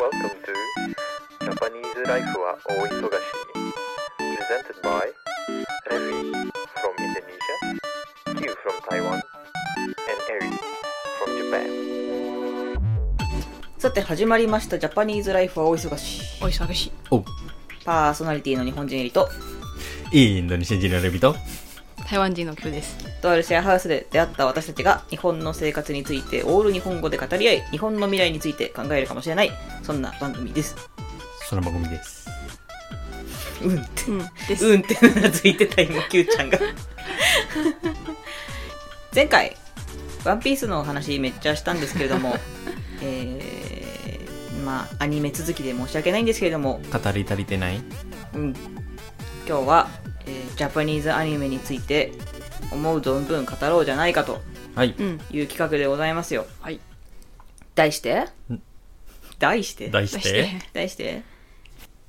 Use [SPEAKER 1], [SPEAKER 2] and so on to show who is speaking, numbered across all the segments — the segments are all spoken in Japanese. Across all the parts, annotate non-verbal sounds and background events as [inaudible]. [SPEAKER 1] Welcome to Japanese Life は大忙しに Presented by Revi from Indonesia, Q from Taiwan, and Eri from Japan
[SPEAKER 2] さて始まりましたジャパニーズライフは大忙し
[SPEAKER 3] お忙しい。
[SPEAKER 4] お
[SPEAKER 2] パーソナリティの日本人エリと
[SPEAKER 4] インドに信じられる人
[SPEAKER 3] 台湾人の Q です。
[SPEAKER 2] とあるシェアハウスで出会った私たちが日本の生活についてオール日本語で語り合い日本の未来について考えるかもしれないそんな番組です
[SPEAKER 4] その番組です
[SPEAKER 2] うんって
[SPEAKER 3] うん。です。
[SPEAKER 2] うんってうなずいてた今 Q ちゃんが前回ワンピースのお話めっちゃしたんですけれども [laughs] えー、まあアニメ続きで申し訳ないんですけれども
[SPEAKER 4] 語り足りてない
[SPEAKER 2] うん、今日は、えージャパニーズアニメについて思う存分語ろうじゃないかと
[SPEAKER 4] はい
[SPEAKER 3] うん。
[SPEAKER 2] いう企画でございますよ
[SPEAKER 3] はい。
[SPEAKER 2] 題して
[SPEAKER 4] ん
[SPEAKER 2] 題して
[SPEAKER 4] 題
[SPEAKER 3] そ
[SPEAKER 4] し
[SPEAKER 3] してて。
[SPEAKER 2] 題して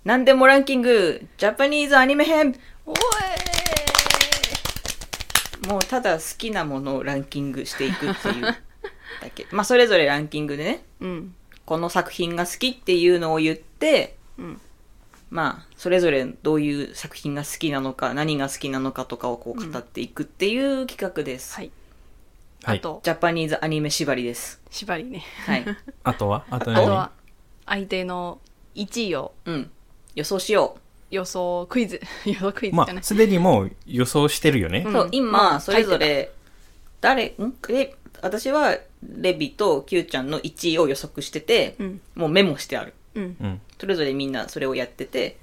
[SPEAKER 2] 何でもランキングジャパニーズアニメ編
[SPEAKER 3] おい
[SPEAKER 2] もうただ好きなものをランキングしていくっていうだ
[SPEAKER 4] [laughs]
[SPEAKER 2] けまあそれぞれランキングでね
[SPEAKER 3] うん。
[SPEAKER 2] この作品が好きっていうのを言って
[SPEAKER 3] うん。
[SPEAKER 2] まあそれぞれどういう作品が好きなのか何が好きなのかとかをこう語っていくっていう企画です、
[SPEAKER 3] はい。
[SPEAKER 4] は
[SPEAKER 3] あ
[SPEAKER 4] い
[SPEAKER 3] と、
[SPEAKER 2] ジャパニーズアニメ縛りです。
[SPEAKER 3] 縛りね。 [laughs]
[SPEAKER 2] はい。
[SPEAKER 4] あとはあと
[SPEAKER 3] あとは、相手の1位を
[SPEAKER 2] うん。予想しよ
[SPEAKER 3] 予想クイズ。予想クイズ
[SPEAKER 4] ま
[SPEAKER 3] じゃな
[SPEAKER 4] あ
[SPEAKER 3] い。
[SPEAKER 4] すでにもう予想してるよね
[SPEAKER 2] う。
[SPEAKER 3] うん
[SPEAKER 2] そう、
[SPEAKER 3] ま
[SPEAKER 2] 今、
[SPEAKER 3] あ
[SPEAKER 2] それぞれ、誰、んレ私は、レビとキューちゃんの1位を予測してて、
[SPEAKER 3] うん。
[SPEAKER 2] もうメモしてある。
[SPEAKER 3] うん。
[SPEAKER 4] うん
[SPEAKER 2] それぞれみんなそれをやってて、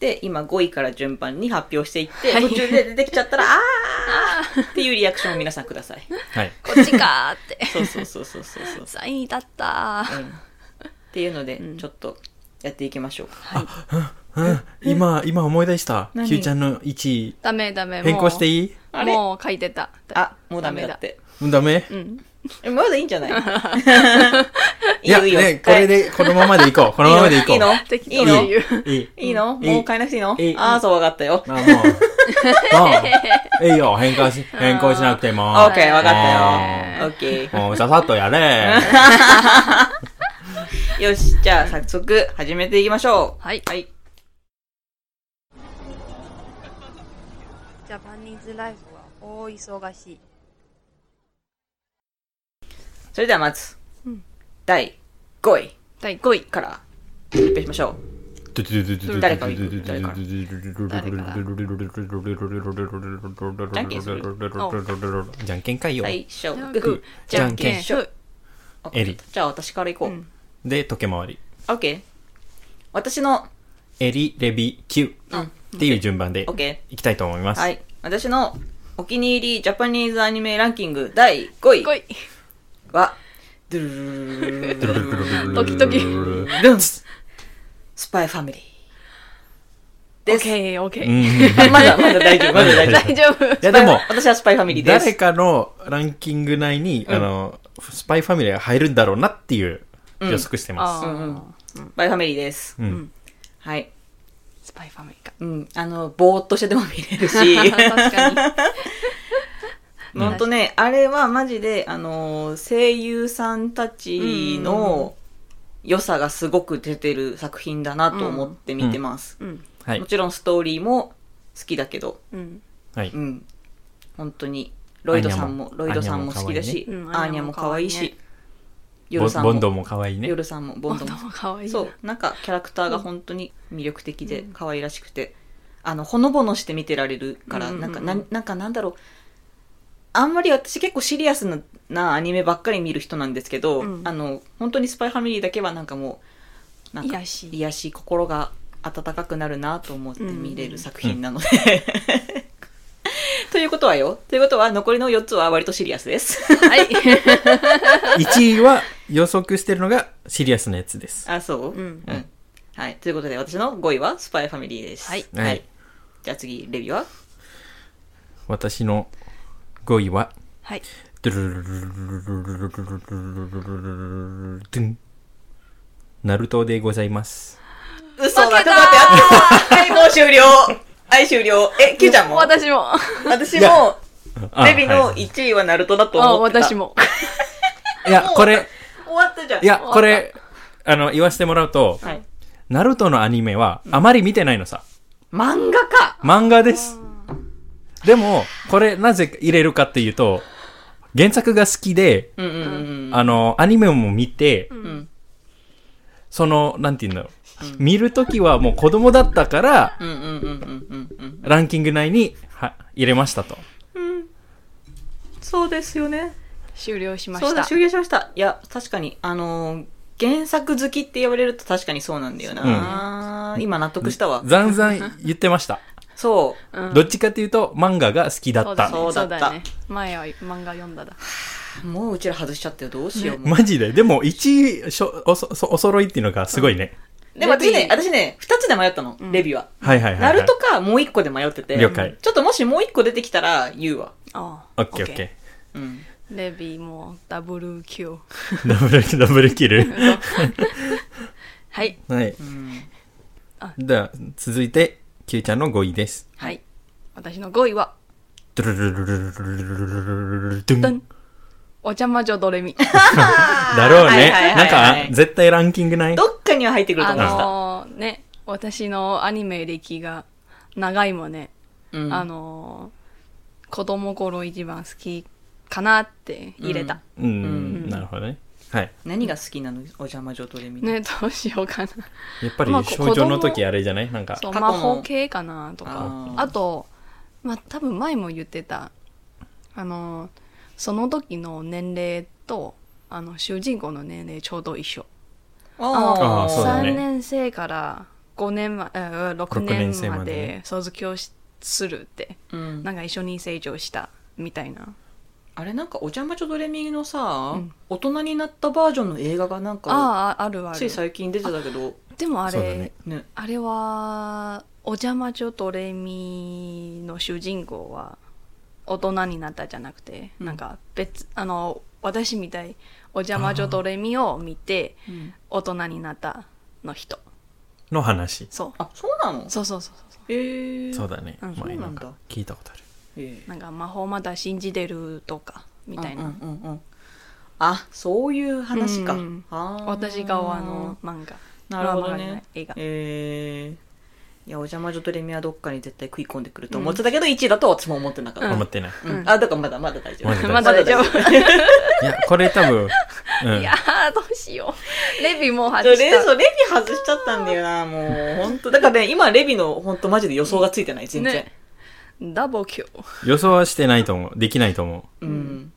[SPEAKER 2] で、今5位から順番に発表していって、
[SPEAKER 3] はい
[SPEAKER 2] 途中で出てきちゃ
[SPEAKER 3] [laughs]
[SPEAKER 2] ったら、あーっていうリアクションを皆さんください。
[SPEAKER 4] はい
[SPEAKER 3] こっちかーって。
[SPEAKER 2] そうそうそうそうそうそう。
[SPEAKER 3] 3位だったー。
[SPEAKER 2] うん。っていうので、
[SPEAKER 3] うん
[SPEAKER 2] ちょっと、やっていきましょう。
[SPEAKER 3] はい。
[SPEAKER 4] うん今今思い出した
[SPEAKER 2] 何
[SPEAKER 4] Q ちゃんの位置
[SPEAKER 3] ダメダメ。
[SPEAKER 4] 変更して
[SPEAKER 3] い
[SPEAKER 4] いい
[SPEAKER 2] あれ
[SPEAKER 3] もう書いてた。
[SPEAKER 2] あ、もうダメだって。
[SPEAKER 4] うんダメ
[SPEAKER 3] うん。
[SPEAKER 2] えまだいいんじゃない
[SPEAKER 4] いや
[SPEAKER 2] いいよいい
[SPEAKER 4] ね
[SPEAKER 2] よ
[SPEAKER 4] これでこのままでいこうこのままでいこう
[SPEAKER 2] いいの
[SPEAKER 3] 適
[SPEAKER 2] いい
[SPEAKER 3] 当に
[SPEAKER 2] の
[SPEAKER 3] 言う。
[SPEAKER 4] いい
[SPEAKER 2] いいの
[SPEAKER 4] いい
[SPEAKER 2] もう買えなくていいの
[SPEAKER 4] いい
[SPEAKER 2] ああ、そう、わかったよ。
[SPEAKER 4] あもうあいいよ変更し変更しなくても
[SPEAKER 2] オッケー、わかった
[SPEAKER 4] あ
[SPEAKER 2] よ。オッケ
[SPEAKER 4] もうささっとやれ
[SPEAKER 2] ー。よし、じゃあ早速始めていきましょう。
[SPEAKER 3] はい。
[SPEAKER 2] はい。
[SPEAKER 5] ジャパニーズライフは大忙しい。
[SPEAKER 2] それではまず
[SPEAKER 3] うん、
[SPEAKER 2] 第5位
[SPEAKER 3] 第5位。
[SPEAKER 2] から発表しましょ誰から行く誰からじゃんけんす。
[SPEAKER 4] るじゃんけんかいうよ
[SPEAKER 2] 最初、
[SPEAKER 3] じゃん
[SPEAKER 2] グー。
[SPEAKER 4] じゃんけん
[SPEAKER 2] しょ
[SPEAKER 3] うん
[SPEAKER 2] わかった
[SPEAKER 4] エリ
[SPEAKER 2] じゃあ私から行こ
[SPEAKER 3] うん
[SPEAKER 2] う。
[SPEAKER 4] で時計回り
[SPEAKER 2] オッケー。私の、
[SPEAKER 4] エリレビキュっていう順番で
[SPEAKER 2] オッケ
[SPEAKER 4] いきたいと思いま
[SPEAKER 2] ー。
[SPEAKER 4] す
[SPEAKER 2] はい。私のお気に入りジャパニーズアニメランキング第5位
[SPEAKER 3] 5位。
[SPEAKER 2] は、
[SPEAKER 3] 時々
[SPEAKER 2] スパイファミリー。
[SPEAKER 3] オ
[SPEAKER 2] で
[SPEAKER 3] ッ
[SPEAKER 2] す。
[SPEAKER 3] ケー、オッケ
[SPEAKER 4] う
[SPEAKER 3] ー。
[SPEAKER 4] んい
[SPEAKER 2] [laughs] まだ、まだ大丈夫、まだ大丈夫。
[SPEAKER 3] 大丈夫。
[SPEAKER 4] やでも
[SPEAKER 2] 私はスパイファミリーです。
[SPEAKER 4] 誰かのランキング内にあのスパイファミリーが入るんだろうなっていう予測してま
[SPEAKER 3] あ
[SPEAKER 4] す
[SPEAKER 3] ー
[SPEAKER 2] スパイファミリーです。
[SPEAKER 4] う
[SPEAKER 3] うん
[SPEAKER 4] ん
[SPEAKER 2] はい。
[SPEAKER 3] スパイファミリーか。
[SPEAKER 2] うん。あの、ぼーっとしてても見れるし。
[SPEAKER 3] [laughs] 確かに。
[SPEAKER 2] ほんとね、あれはマジで、あのー、声優さんたちの良さがすごく出てる作品だなと思って見てます。
[SPEAKER 3] うん。
[SPEAKER 4] はい
[SPEAKER 2] もちろんストーリーも好きだけど、
[SPEAKER 3] うん。
[SPEAKER 4] はい
[SPEAKER 2] うん。本当に、ロイドさんも、
[SPEAKER 4] アーニャも
[SPEAKER 2] ロイドさんも好きだし、
[SPEAKER 3] アーニャも可愛いねうん
[SPEAKER 2] アーニャも可愛い
[SPEAKER 3] アーニ
[SPEAKER 2] し
[SPEAKER 3] ャも可、
[SPEAKER 2] ヨルさん
[SPEAKER 4] ボンド
[SPEAKER 2] も、
[SPEAKER 4] も可愛いね
[SPEAKER 2] ヨルさんも、ボンドも
[SPEAKER 3] 本当も可愛いな。
[SPEAKER 2] そうなんかキャラクターが本当に魅力的で可愛らしくて、あのほのぼのして見てられるから、
[SPEAKER 3] うんうんう
[SPEAKER 2] な
[SPEAKER 3] ん
[SPEAKER 2] んかななんかなんだろうあんまり私結構シリアスななアニメばっかり見る人なんですけど、
[SPEAKER 3] うん
[SPEAKER 2] あの本当に「スパイファミリー」だけはなんかもうなんか
[SPEAKER 3] 癒し
[SPEAKER 2] 癒し心が温かくなるなと思って見れる作品な
[SPEAKER 3] [laughs]
[SPEAKER 2] ので、ということはよということは残りの4つは割とシリアス
[SPEAKER 3] [laughs]
[SPEAKER 2] です。
[SPEAKER 3] はい。
[SPEAKER 4] 1位は予測してるのがシリアスなやつです
[SPEAKER 2] あそう、
[SPEAKER 3] うん。
[SPEAKER 2] うんはい、ということで私の5位は「スパイファミリー」です。
[SPEAKER 3] はい
[SPEAKER 4] はい
[SPEAKER 2] じゃあ次、レビューは
[SPEAKER 4] 私の5位は
[SPEAKER 3] はい。
[SPEAKER 4] ナルトでございます。
[SPEAKER 2] 嘘だ、
[SPEAKER 3] 負け
[SPEAKER 2] ち
[SPEAKER 3] た
[SPEAKER 2] ょ
[SPEAKER 3] ー
[SPEAKER 2] っと待って、はい、もう終了。はい、終了。え、キュちゃんも
[SPEAKER 3] 私も。
[SPEAKER 2] 私も、レビの
[SPEAKER 4] い
[SPEAKER 2] 1位はナルトだと
[SPEAKER 3] あ、
[SPEAKER 2] 思ってた。
[SPEAKER 3] 私も。
[SPEAKER 4] や、これ、 [laughs]
[SPEAKER 2] 終わったじゃん。
[SPEAKER 4] いや、これ、あの、言わせてもらうと、
[SPEAKER 2] はい。
[SPEAKER 4] ナルトのアニメはあまり見てないのさ。
[SPEAKER 2] 漫画か
[SPEAKER 4] 漫画です。でも、これなぜ入れるかっていうと、原作が好きで、
[SPEAKER 2] うんうんうん
[SPEAKER 4] あの、アニメも見て、
[SPEAKER 2] ん
[SPEAKER 4] その、なんて言うんだろう。見るときはもう子供だったから、
[SPEAKER 2] うん。うんうんうんうんうんうん。
[SPEAKER 4] ランキング内には入れましたと。
[SPEAKER 2] そうですよね。
[SPEAKER 3] 終了しま
[SPEAKER 2] そう
[SPEAKER 3] し
[SPEAKER 2] だ、
[SPEAKER 3] た。
[SPEAKER 2] 終了しました。いや、確かに、あのー原作好きって言われると確かにそうなんだよな。今納得したわ。
[SPEAKER 4] ざんざん言ってました。
[SPEAKER 2] そう。
[SPEAKER 3] うん
[SPEAKER 4] どっちかというと、漫画が好きだ
[SPEAKER 3] そう
[SPEAKER 4] っ
[SPEAKER 3] だ
[SPEAKER 4] た。
[SPEAKER 3] ね。そ
[SPEAKER 2] そううだった
[SPEAKER 3] だね。前は漫画読んだだ。
[SPEAKER 2] もううちら外しちゃったよ。どうしよう。もう
[SPEAKER 4] マジで。でも、1位しょおそ、そお揃いっていうのがすごいね。
[SPEAKER 2] でも私ね
[SPEAKER 3] レ、ビ
[SPEAKER 2] 私ね、二つで迷ったの、レビューは。
[SPEAKER 4] はいはいはい、は
[SPEAKER 2] ナ
[SPEAKER 4] い。
[SPEAKER 2] ルトかもう一個で迷ってて。
[SPEAKER 4] 了解
[SPEAKER 2] ちょっともしもう一個出てきたら言うわ。
[SPEAKER 3] ああ
[SPEAKER 4] オッケーオッケ
[SPEAKER 2] う
[SPEAKER 4] ー。
[SPEAKER 2] ん。
[SPEAKER 3] ー。レビーもダブル級。
[SPEAKER 4] ダブル、ダブルキル。
[SPEAKER 3] はい。
[SPEAKER 4] はい。
[SPEAKER 2] うん
[SPEAKER 4] では、続いて、キューちゃんの5位です。
[SPEAKER 3] はい。私の5位は、
[SPEAKER 4] ドゥルルルルルルルルルル
[SPEAKER 3] ド
[SPEAKER 4] ルン
[SPEAKER 3] ン。お邪魔女ドレミ。
[SPEAKER 4] だろう
[SPEAKER 2] はい
[SPEAKER 4] ね
[SPEAKER 2] はいはい。は
[SPEAKER 4] ないんか、絶対ランキングない
[SPEAKER 2] どっかには入ってくると
[SPEAKER 3] あ
[SPEAKER 2] 思ってた。
[SPEAKER 3] のー、ね、私のアニメ歴が長いもね、
[SPEAKER 2] うん
[SPEAKER 3] あのー、子供頃一番好きかなって入れた。
[SPEAKER 4] うーん、なるほどね。はい。
[SPEAKER 2] 何が好きなのお邪魔女とレミの。
[SPEAKER 3] ね、どうしようかな。
[SPEAKER 4] やっぱり
[SPEAKER 3] まあ、こ
[SPEAKER 4] 少女の時あれじゃないなんか
[SPEAKER 3] そ、う、
[SPEAKER 2] 過去の
[SPEAKER 3] 魔法系かなとか
[SPEAKER 2] あ。ー
[SPEAKER 3] あと、まあ、多分前も言ってた、あのー、その時の年齢と、あの、主人公の年齢ちょうど一緒。
[SPEAKER 4] のあーそう
[SPEAKER 3] 3
[SPEAKER 4] だね
[SPEAKER 3] 年生から5年ま、えー6
[SPEAKER 4] 6年
[SPEAKER 3] 年
[SPEAKER 4] 生ま
[SPEAKER 3] ま
[SPEAKER 4] でね
[SPEAKER 3] で卒業しするって、
[SPEAKER 2] うん
[SPEAKER 3] なんか一緒に成長したみたいな。
[SPEAKER 2] あれなんかお邪魔女ドレミのさ、
[SPEAKER 3] うん
[SPEAKER 2] 大人になったバージョンの映画がなんか、
[SPEAKER 3] ああ、あるあ
[SPEAKER 2] つい
[SPEAKER 3] る。
[SPEAKER 2] 最近出てたけど、
[SPEAKER 3] でもあ
[SPEAKER 4] そうだ
[SPEAKER 3] れ、
[SPEAKER 4] ね
[SPEAKER 2] ね。
[SPEAKER 3] あれは、お邪魔女とレミの主人公は、大人になったじゃなくて、
[SPEAKER 2] うん
[SPEAKER 3] なんか別、あの、私みたい、お邪魔女とレミを見て、大人になったの人。
[SPEAKER 4] の話。
[SPEAKER 3] そ
[SPEAKER 2] あ、そうなの
[SPEAKER 3] う。そうそうそうそう。
[SPEAKER 2] えー、
[SPEAKER 4] そうだね。
[SPEAKER 3] うん
[SPEAKER 4] 前
[SPEAKER 2] そう
[SPEAKER 4] な
[SPEAKER 2] なんん
[SPEAKER 4] か
[SPEAKER 2] だ、
[SPEAKER 4] 聞いたことある。
[SPEAKER 2] ええ
[SPEAKER 3] なんか魔法まだ信じてるとか、みたいな。
[SPEAKER 2] うんうんうんうんあ、そういう話か。
[SPEAKER 3] うん
[SPEAKER 2] あー
[SPEAKER 3] 私側の。漫画
[SPEAKER 2] なるほど
[SPEAKER 3] 漫画じゃな
[SPEAKER 2] ね
[SPEAKER 3] い。映画
[SPEAKER 2] ええいや、お邪魔女とレミはどっかに絶対食い込んでくると思ってたけど、1位だとは私も思ってなかった。
[SPEAKER 4] 思ってない。
[SPEAKER 2] うんあ、だからまだまだ大丈夫。
[SPEAKER 4] まだ大丈夫
[SPEAKER 3] まだ大丈夫。
[SPEAKER 4] いや、これ多分、うん
[SPEAKER 3] いや。ーどうしようレビもう
[SPEAKER 2] そう
[SPEAKER 3] 外し
[SPEAKER 2] レ
[SPEAKER 3] た
[SPEAKER 2] そうレビ外しちゃったんだよな、もう。本当だからね、今レビの本当マジで予想がついてない、全然。
[SPEAKER 3] ねダボキョ
[SPEAKER 4] 予想はしてないと思う。できないと思
[SPEAKER 2] うん。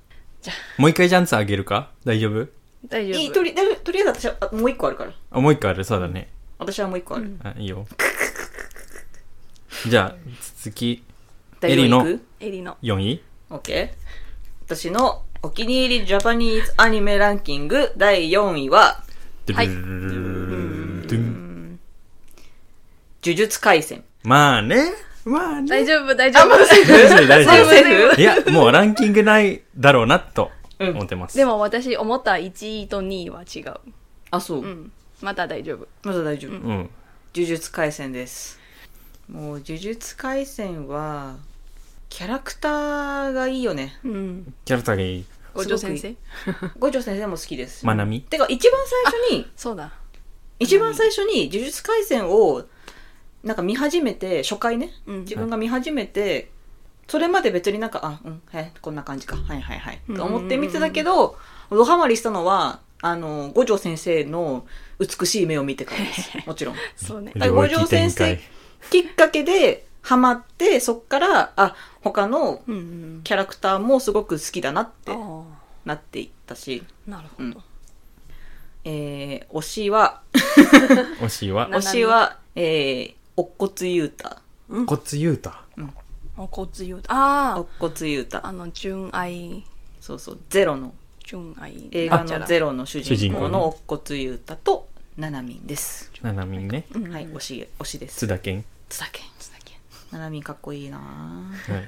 [SPEAKER 4] う。もう一回ジャンツあげるか大丈夫
[SPEAKER 3] 大丈
[SPEAKER 2] いい、
[SPEAKER 3] 夫
[SPEAKER 2] とり、だいぶとりあえず私は、あもう一個あるから。
[SPEAKER 4] あ、もう一個ある。そうだね。
[SPEAKER 2] 私はもう一個ある。
[SPEAKER 4] あ、いいよ。じゃあ、続き、
[SPEAKER 2] 大丈夫
[SPEAKER 4] エリの
[SPEAKER 2] いく
[SPEAKER 3] エリの
[SPEAKER 4] 4位
[SPEAKER 2] ?OK。私のお気に入りジャパニーズアニメランキング第4位は、
[SPEAKER 3] はい
[SPEAKER 4] ドゥルルルルルルドゥン
[SPEAKER 2] 呪術廻戦。
[SPEAKER 4] まあね。まあね。
[SPEAKER 3] 大丈夫大丈夫
[SPEAKER 4] 大丈夫、大
[SPEAKER 2] セーフ
[SPEAKER 4] 丈
[SPEAKER 2] セー
[SPEAKER 4] 夫。いや、もうランキングないだろうな、と思ってます。
[SPEAKER 3] でも私思った1位と2位は違う
[SPEAKER 2] あ、そう。
[SPEAKER 3] うんまだ大丈夫
[SPEAKER 2] まだ大丈夫。呪
[SPEAKER 4] うん。
[SPEAKER 2] 術廻戦です。もう、呪術廻戦は、キャラクターがいいよ
[SPEAKER 3] [laughs]
[SPEAKER 2] ね。
[SPEAKER 3] うん
[SPEAKER 4] キャラクターがいい。
[SPEAKER 3] 五条先生
[SPEAKER 2] 五条先生も好きです。
[SPEAKER 4] まなみ。
[SPEAKER 2] てか、一番最初に、
[SPEAKER 3] そうだ
[SPEAKER 2] 一番最初に呪術廻戦をなんか見始めて初回ね、
[SPEAKER 3] うん
[SPEAKER 2] 自分が見始めてそれまで別になんかあうんはいこんな感じかはいはいはい
[SPEAKER 3] うん
[SPEAKER 2] と思って見てたけどドハマりしたのはあの五条先生の美しい目を見てからです
[SPEAKER 3] [laughs]
[SPEAKER 2] もちろん
[SPEAKER 3] そうね
[SPEAKER 2] だから五条先
[SPEAKER 4] 領域展
[SPEAKER 2] 生きっかけでハマってそっからあ他の
[SPEAKER 3] うんうん
[SPEAKER 2] キャラクターもすごく好きだなって
[SPEAKER 3] あ
[SPEAKER 2] なっていったし、
[SPEAKER 3] あなるほ
[SPEAKER 2] う
[SPEAKER 3] ど
[SPEAKER 2] んえー、推しは
[SPEAKER 4] 開推しは
[SPEAKER 3] な、
[SPEAKER 2] 推しはえー、乙骨雄太
[SPEAKER 4] コツユータ。
[SPEAKER 3] お骨言うあ
[SPEAKER 2] 乙骨優
[SPEAKER 3] あ
[SPEAKER 2] 太
[SPEAKER 3] あの純愛
[SPEAKER 2] そうそうゼロの
[SPEAKER 3] 純愛
[SPEAKER 2] 映画のゼロの主
[SPEAKER 4] 主
[SPEAKER 2] 人
[SPEAKER 4] 人公
[SPEAKER 2] 公
[SPEAKER 4] ね
[SPEAKER 2] の乙骨優太とななみんです、
[SPEAKER 4] ななみんね。
[SPEAKER 3] うん
[SPEAKER 2] はい推し推しです
[SPEAKER 4] 津田健。
[SPEAKER 2] 津田健津田健ななみんかっこいいなぁ
[SPEAKER 4] はい。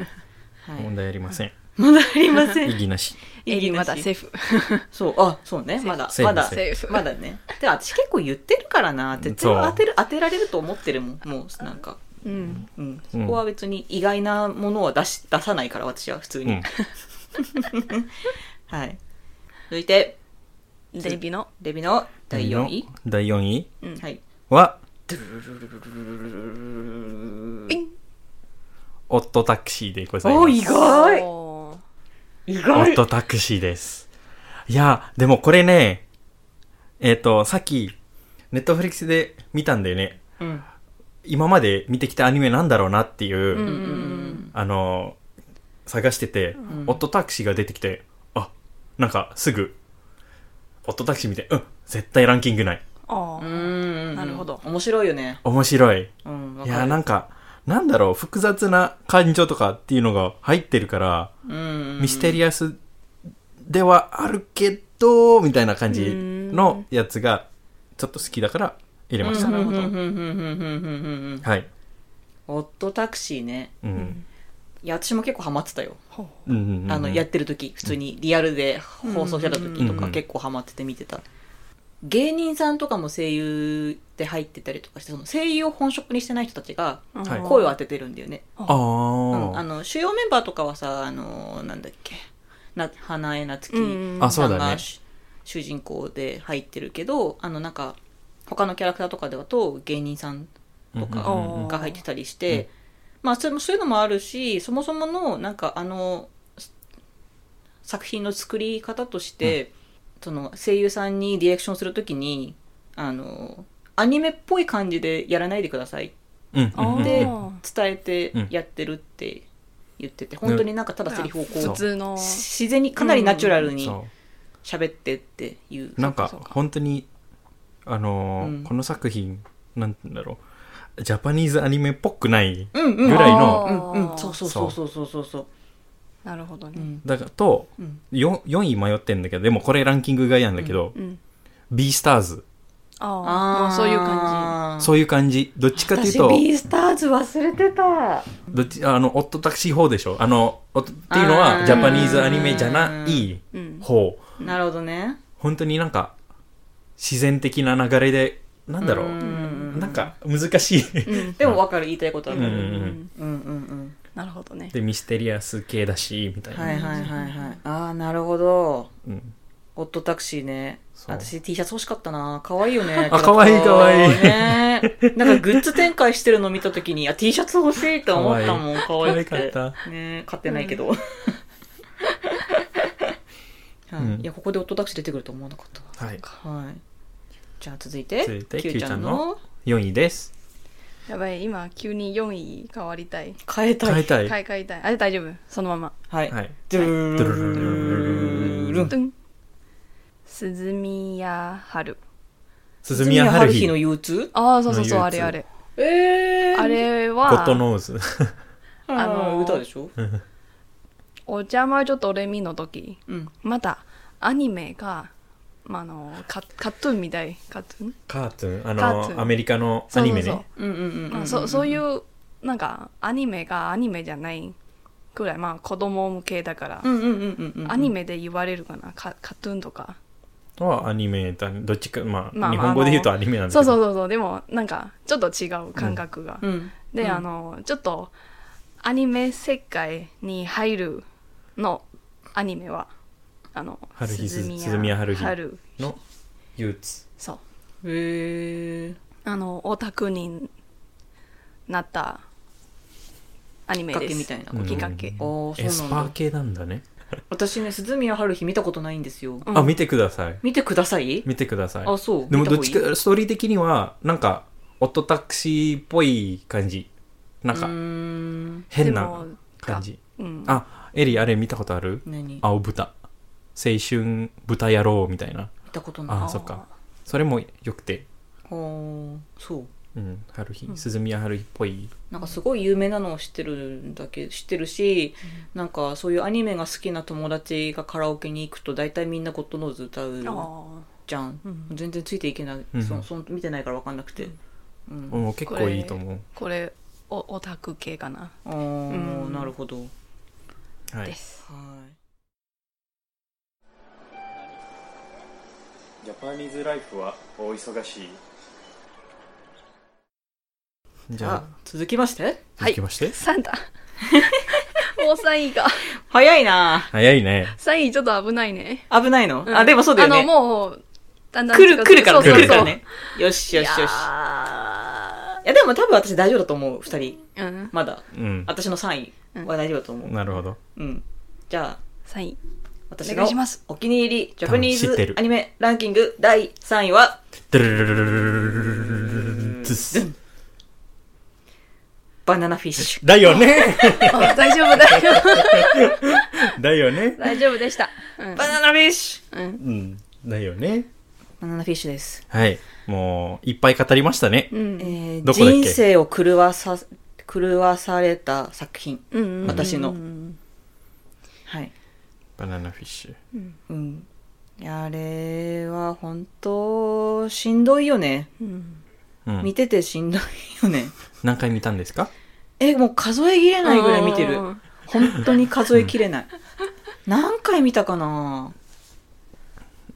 [SPEAKER 2] はい
[SPEAKER 4] 問題ありません。
[SPEAKER 2] [laughs] まだありませ
[SPEAKER 4] 意
[SPEAKER 2] ん
[SPEAKER 4] 義なし。
[SPEAKER 3] エリまだセ
[SPEAKER 2] せ
[SPEAKER 3] ーフ
[SPEAKER 2] そうあそうねまだ
[SPEAKER 4] セー
[SPEAKER 2] ま
[SPEAKER 4] フ
[SPEAKER 2] だ
[SPEAKER 4] セ
[SPEAKER 3] ーフ
[SPEAKER 2] まだねで私結構言ってるからな絶対
[SPEAKER 4] そう
[SPEAKER 2] 当てる当てられると思ってるもんもうなんか
[SPEAKER 3] [laughs] うん
[SPEAKER 2] うん、そこは別に意外なものは出し出さないから私は普通
[SPEAKER 4] う
[SPEAKER 2] に、
[SPEAKER 4] ん。
[SPEAKER 2] はい続いて
[SPEAKER 3] デビの
[SPEAKER 2] レビの第4位。
[SPEAKER 4] 第4位
[SPEAKER 2] はい。
[SPEAKER 4] は、
[SPEAKER 3] ピン
[SPEAKER 4] オットタクシーでござい
[SPEAKER 2] お
[SPEAKER 4] ま
[SPEAKER 2] ー、
[SPEAKER 4] す。
[SPEAKER 2] 意外
[SPEAKER 3] おー
[SPEAKER 2] 意
[SPEAKER 4] オ
[SPEAKER 2] 外
[SPEAKER 4] ットタクシーです。いや、でもこれね、えっ、と、さっき、ネットフリックスで見たんだよね。
[SPEAKER 2] うん。
[SPEAKER 4] 今まで見てきたアニメなんだろうなっていう、
[SPEAKER 3] うんうん
[SPEAKER 4] あの、探してて、オットタクシーが出てきて、あ、なんかすぐ、オットタクシー見て、うん、絶対ランキングない。
[SPEAKER 3] あ
[SPEAKER 2] う
[SPEAKER 3] ー
[SPEAKER 2] ん。
[SPEAKER 3] なるほど
[SPEAKER 2] 面白いよね。
[SPEAKER 4] 面白い。
[SPEAKER 2] うん。わ
[SPEAKER 4] い
[SPEAKER 2] かる
[SPEAKER 4] や、なんか、なんだろう、複雑な感情とかっていうのが入ってるから、
[SPEAKER 2] うん。
[SPEAKER 4] ミステリアスではあるけど、みたいな感じのやつが、ちょっと好きだから入れました。
[SPEAKER 2] なるほど。
[SPEAKER 4] はい。
[SPEAKER 2] オットタクシーね。
[SPEAKER 4] うん。
[SPEAKER 2] いや、私も結構ハマってたよ。
[SPEAKER 3] ほう
[SPEAKER 4] うんうんうん
[SPEAKER 2] あの、やってる時、普通にリアルで放送してた時と
[SPEAKER 4] うんうんう
[SPEAKER 2] か
[SPEAKER 4] ん
[SPEAKER 2] 結構ハマってて見てた。芸人さんとかも声優で入ってたりとかして、その声優を本職にしてない人たちが
[SPEAKER 4] はい
[SPEAKER 2] 声を当ててるんだよね。
[SPEAKER 4] あ
[SPEAKER 2] うん、あ
[SPEAKER 4] ー
[SPEAKER 2] の主要メンバーとかはさあのなんだっけな花江夏樹
[SPEAKER 3] うん
[SPEAKER 4] あ、そ
[SPEAKER 2] さ
[SPEAKER 4] うんだ
[SPEAKER 2] が
[SPEAKER 4] ね。
[SPEAKER 2] 主主人公で入ってるけどあのなんか他のキャラクターとかではと芸人さんと
[SPEAKER 4] うんうん
[SPEAKER 3] うんうん
[SPEAKER 2] かが入ってたりし
[SPEAKER 4] う
[SPEAKER 2] て、
[SPEAKER 4] ん
[SPEAKER 2] まあそれもそういうのもあるしそもそものなんかあのす作品の作り方として、その声優さんにリアクションするときにあのアニメっぽい感じでやらないでください
[SPEAKER 4] うん
[SPEAKER 3] あー
[SPEAKER 2] で伝えてやってるって言ってて、本当になんかただセリフをこう
[SPEAKER 3] 普通の
[SPEAKER 2] 自然にかなりナチュラルに
[SPEAKER 4] そ
[SPEAKER 2] 喋ってっていう
[SPEAKER 4] う。なんか、
[SPEAKER 3] そうかそうか
[SPEAKER 4] 本当に、あの
[SPEAKER 2] うん
[SPEAKER 4] ー、この作品、なんて言うんだろう。ジャパニーズアニメっぽくない。
[SPEAKER 2] うんうん
[SPEAKER 4] ぐらい
[SPEAKER 3] の
[SPEAKER 2] うんうんそうそうそうそうそうそうそう
[SPEAKER 3] なるほど
[SPEAKER 2] う
[SPEAKER 3] ね
[SPEAKER 2] ん
[SPEAKER 4] だから、と、
[SPEAKER 2] うん
[SPEAKER 4] よ4位迷ってんだけど、でもこれランキング外なんだけど、
[SPEAKER 3] うん
[SPEAKER 4] ビースターズ。
[SPEAKER 3] ああもうそういう感
[SPEAKER 2] じ
[SPEAKER 4] そういう感じ。どっちかというと、
[SPEAKER 2] ースターズ忘れてた
[SPEAKER 4] どっち、あの、オットタクシー方でしょあの、おっていうの
[SPEAKER 2] あ
[SPEAKER 4] は、
[SPEAKER 2] ー
[SPEAKER 4] ジャパニーズアニメじゃない
[SPEAKER 3] じうん
[SPEAKER 4] 方。
[SPEAKER 2] なるほどね
[SPEAKER 4] 本当になんか、自然的な流れで、なんだろ
[SPEAKER 2] うんう
[SPEAKER 4] う。
[SPEAKER 2] んうん
[SPEAKER 4] なんか、難しい。 [laughs]
[SPEAKER 3] うん
[SPEAKER 2] でも分かる言いたいことは
[SPEAKER 4] う
[SPEAKER 2] 分
[SPEAKER 4] ん
[SPEAKER 2] か
[SPEAKER 4] う
[SPEAKER 2] る
[SPEAKER 4] ん
[SPEAKER 2] うんうんうん
[SPEAKER 3] なるほどね
[SPEAKER 4] で、ミステリアス系だし、みたいな。
[SPEAKER 2] はいはいはいはいああなるほど
[SPEAKER 4] うん
[SPEAKER 2] オットタクシーね。
[SPEAKER 4] そう
[SPEAKER 2] 私 T シャツ欲しかったな。可愛いよね。
[SPEAKER 4] あ可愛い可愛い
[SPEAKER 2] ねなんかグッズ展開してるの見たときに、あ、T シャツ欲しいと思ったもん。可愛くて。
[SPEAKER 4] 可愛かっ
[SPEAKER 2] ね買ってないけど。はい
[SPEAKER 4] うん
[SPEAKER 2] いや、ここでオットタクシー出てくると思わなかった
[SPEAKER 4] はい。
[SPEAKER 2] わ。はい。じゃあ続いて、
[SPEAKER 4] 続いて
[SPEAKER 2] Q ちゃんの
[SPEAKER 4] 4位です。
[SPEAKER 3] やばい今急に4位変わりたい
[SPEAKER 2] 変えた
[SPEAKER 4] 変え
[SPEAKER 2] い。
[SPEAKER 4] たい。は
[SPEAKER 3] 買い替えたいあれ大丈夫そのまま
[SPEAKER 2] はい。
[SPEAKER 4] い。
[SPEAKER 2] ドゥルルルルルルン
[SPEAKER 3] ドゥン鈴宮春
[SPEAKER 4] 鈴宮春日
[SPEAKER 2] の。憂鬱
[SPEAKER 3] ああそうそうそう
[SPEAKER 4] の
[SPEAKER 3] あ
[SPEAKER 4] 憂鬱
[SPEAKER 3] れあれ
[SPEAKER 2] え
[SPEAKER 3] あれ
[SPEAKER 4] ゴッド
[SPEAKER 3] は
[SPEAKER 4] ノーズ。 [laughs]
[SPEAKER 2] あの、
[SPEAKER 3] の
[SPEAKER 2] 歌でしょ
[SPEAKER 3] お邪魔女とレミの時
[SPEAKER 2] うん。
[SPEAKER 3] またアニメが、まあ、あのカカットゥーンみたいカットゥーン
[SPEAKER 4] カートゥーン。あ
[SPEAKER 3] カートゥー
[SPEAKER 4] の、
[SPEAKER 3] ン
[SPEAKER 4] アメリカのアニメね。
[SPEAKER 2] うんうんうんうん。
[SPEAKER 3] まあ、そそういうなんかアニメがアニメじゃないくらいまあ子供向けだから、
[SPEAKER 2] うんうんうんうんうん。
[SPEAKER 3] アニメで言われるかなカカットゥーンとか
[SPEAKER 4] とはアニメだねどっちか、まあ、
[SPEAKER 3] まあ
[SPEAKER 4] 日本語で言うとアニメなんだけ
[SPEAKER 3] そう
[SPEAKER 4] ど。
[SPEAKER 3] そう
[SPEAKER 4] う
[SPEAKER 3] そうそうでもなんかちょっと違う感覚が、
[SPEAKER 2] うん。
[SPEAKER 3] で、
[SPEAKER 2] うん
[SPEAKER 3] あのちょっとアニメ世界に入るのアニメはあの
[SPEAKER 4] 春日鈴宮春日
[SPEAKER 3] 春
[SPEAKER 4] の憂鬱。
[SPEAKER 3] そう
[SPEAKER 2] へえ
[SPEAKER 3] あのオタクになったアニメ
[SPEAKER 2] き
[SPEAKER 3] です
[SPEAKER 2] っかけみたいな
[SPEAKER 3] きっかけ、
[SPEAKER 2] あーそうなんだ
[SPEAKER 4] エスパー系なんだね。
[SPEAKER 2] 私ね鈴宮春日見たことないんですよ
[SPEAKER 3] うん
[SPEAKER 4] あ、見てください。
[SPEAKER 2] 見てください
[SPEAKER 4] 見てください。
[SPEAKER 2] あそう
[SPEAKER 4] でも
[SPEAKER 2] 見た方
[SPEAKER 4] どっ
[SPEAKER 2] がい
[SPEAKER 4] ち
[SPEAKER 2] い
[SPEAKER 4] か、ストーリー的には、なんか、オットタクシーっぽい感じ。なん
[SPEAKER 2] うー
[SPEAKER 4] か、
[SPEAKER 2] ん
[SPEAKER 4] 変
[SPEAKER 3] で
[SPEAKER 4] な
[SPEAKER 3] も
[SPEAKER 4] 感じ。
[SPEAKER 3] うん、
[SPEAKER 4] あ、エリ、あれ見たことある
[SPEAKER 2] 何見
[SPEAKER 4] 青豚。青春豚野郎みたいな。
[SPEAKER 2] たこと
[SPEAKER 4] あ
[SPEAKER 2] な
[SPEAKER 4] ー、そっか。それも良くて、
[SPEAKER 2] いほーそう
[SPEAKER 4] うん、春日、鈴宮春日っぽい。
[SPEAKER 2] なんかすごい有名なのを知ってるんだけ知ってるし、なんかそういうアニメが好きな友達がカラオケに行くと大体みんなゴッドノーズ歌う
[SPEAKER 3] あー
[SPEAKER 2] じゃん、
[SPEAKER 3] うん
[SPEAKER 2] 全然ついていけない、
[SPEAKER 4] うん
[SPEAKER 2] そそん見てないから分かんなくて、うん
[SPEAKER 4] もう結構いいと思
[SPEAKER 3] これおオタク系かな、
[SPEAKER 2] あー
[SPEAKER 3] うん
[SPEAKER 2] なるほど
[SPEAKER 4] う。はい
[SPEAKER 3] で。す
[SPEAKER 2] はい
[SPEAKER 1] ジャパニーズライフは大忙しい
[SPEAKER 4] じ
[SPEAKER 2] じゃあ
[SPEAKER 4] ゃあ、
[SPEAKER 2] 続きまして
[SPEAKER 3] はい
[SPEAKER 4] 続きまして。
[SPEAKER 3] サンタもう3位が
[SPEAKER 2] 早いな
[SPEAKER 4] 早いね。
[SPEAKER 3] サインちょっと危ないね。
[SPEAKER 2] 危ないの、
[SPEAKER 3] ん
[SPEAKER 2] あ、でもそうだよね。
[SPEAKER 3] あの、もう、だんだん
[SPEAKER 2] 来る、来るから、
[SPEAKER 3] そうそう
[SPEAKER 2] 来る
[SPEAKER 3] そう
[SPEAKER 2] からね。よしよしよし。いや、でも多分私大丈夫だと思う、二人。
[SPEAKER 3] うん。
[SPEAKER 2] まだ。
[SPEAKER 4] うん。
[SPEAKER 2] 私の3位は大丈夫だと思う。
[SPEAKER 4] なるほど。
[SPEAKER 2] うん。じゃあ、
[SPEAKER 3] サイン。
[SPEAKER 2] 私
[SPEAKER 3] お
[SPEAKER 2] の
[SPEAKER 3] 願いします
[SPEAKER 2] お気に入りジャパニー
[SPEAKER 4] 多分知ってる
[SPEAKER 2] ズアニメランキング第3位は、
[SPEAKER 4] ドゥルルルルルルルルズッ
[SPEAKER 2] バナナフィッシュ。
[SPEAKER 4] だよね
[SPEAKER 3] あ大丈夫だよ。
[SPEAKER 4] だよね
[SPEAKER 3] 大丈夫でした。うん
[SPEAKER 2] バナナフィッシュ
[SPEAKER 3] うん。
[SPEAKER 4] うん。だよね
[SPEAKER 2] バナナフィッシュです。
[SPEAKER 4] はい。もう、いっぱい語りましたね
[SPEAKER 3] う。ん。
[SPEAKER 2] えー
[SPEAKER 4] どこだっけ
[SPEAKER 2] 人生を狂わさ、狂わされた作品。
[SPEAKER 3] うん。
[SPEAKER 2] 私の
[SPEAKER 3] うん
[SPEAKER 2] はい。
[SPEAKER 4] バナナフィッシュ。
[SPEAKER 2] うん。いやあれは本当、しんどいよね。
[SPEAKER 3] うん。
[SPEAKER 4] う
[SPEAKER 2] 見
[SPEAKER 4] ん。
[SPEAKER 2] ててしんどいよね。 [laughs]
[SPEAKER 4] 何回見たんですか
[SPEAKER 2] え、もう数え切れないぐらい見てる
[SPEAKER 3] うんうんうん。
[SPEAKER 2] 本当に数え切れない。何回見たかな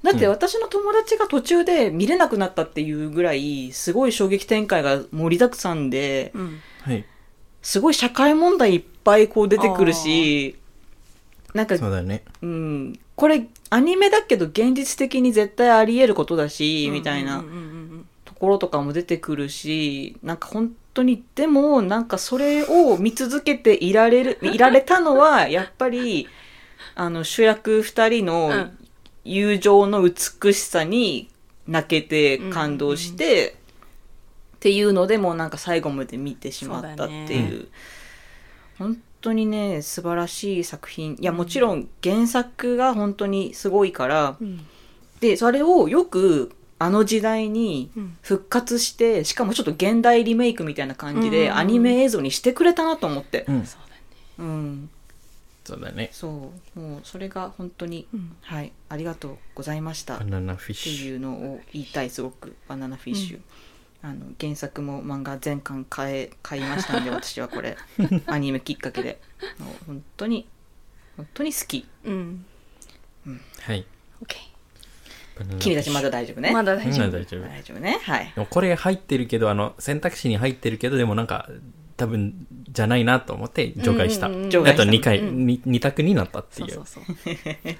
[SPEAKER 2] だって私の友達が途中で見れなくなったっていうぐらい、すごい衝撃展開が盛りだくさんで、
[SPEAKER 3] うん。
[SPEAKER 4] はい。
[SPEAKER 2] すごい社会問題いっぱいこう出てくるし、なんか
[SPEAKER 4] そうだね。
[SPEAKER 2] うん、これアニメだけど現実的に絶対あり得ることだし、みたいな
[SPEAKER 3] うんうんうん
[SPEAKER 2] ところとかも出てくるし、なんか本当に、でもなんかそれを見続けていられ
[SPEAKER 3] [laughs]
[SPEAKER 2] る、いられたのは、やっぱり、あの主役二人
[SPEAKER 3] う
[SPEAKER 2] の
[SPEAKER 3] ん
[SPEAKER 2] 友情の美しさに泣けて感動して、っていうのでもうなんか最後まで見てしまったって
[SPEAKER 3] そう
[SPEAKER 2] い
[SPEAKER 3] だ
[SPEAKER 2] う本当にね素晴らしい作品いやもちろん原作が本当にすごいから、
[SPEAKER 3] ん
[SPEAKER 2] でそれをよくあの時代に
[SPEAKER 3] うん
[SPEAKER 2] 復活して、しかもちょっと現代リメイクみたいな感じ
[SPEAKER 3] うんうん
[SPEAKER 2] で
[SPEAKER 3] うん
[SPEAKER 2] アニメ映像にしてくれたなと思って
[SPEAKER 4] うん。
[SPEAKER 2] うん
[SPEAKER 4] そうだね。
[SPEAKER 2] そうもうそれが本当に、
[SPEAKER 3] うん
[SPEAKER 2] はいありがとうございました
[SPEAKER 4] バナナフィッ
[SPEAKER 2] って
[SPEAKER 4] シュ。
[SPEAKER 2] いうのを言いたいすごく「バナナフィッシュ」あの原作も漫画全巻買え買いましたん
[SPEAKER 3] [laughs]
[SPEAKER 2] で私はこれアニメきっかけでもう本当に本当に好き
[SPEAKER 3] うん。
[SPEAKER 4] はい。
[SPEAKER 3] オッケ
[SPEAKER 4] バナナフィッシュ
[SPEAKER 2] 君たちまだ大丈夫ね
[SPEAKER 3] ー。まだ大丈
[SPEAKER 4] うん
[SPEAKER 3] 夫。
[SPEAKER 4] 大丈夫。
[SPEAKER 2] 大丈夫ねはい [laughs]
[SPEAKER 4] でもこれ入ってるけど、あの、選択肢に入ってるけど、でもなんか、多分、じゃないなと思って除外した。
[SPEAKER 3] うんうんうん
[SPEAKER 2] 除外
[SPEAKER 4] あ
[SPEAKER 2] した
[SPEAKER 4] と2回、
[SPEAKER 3] うん
[SPEAKER 4] に二択になったって
[SPEAKER 3] そ
[SPEAKER 4] いうう。
[SPEAKER 3] そうそう。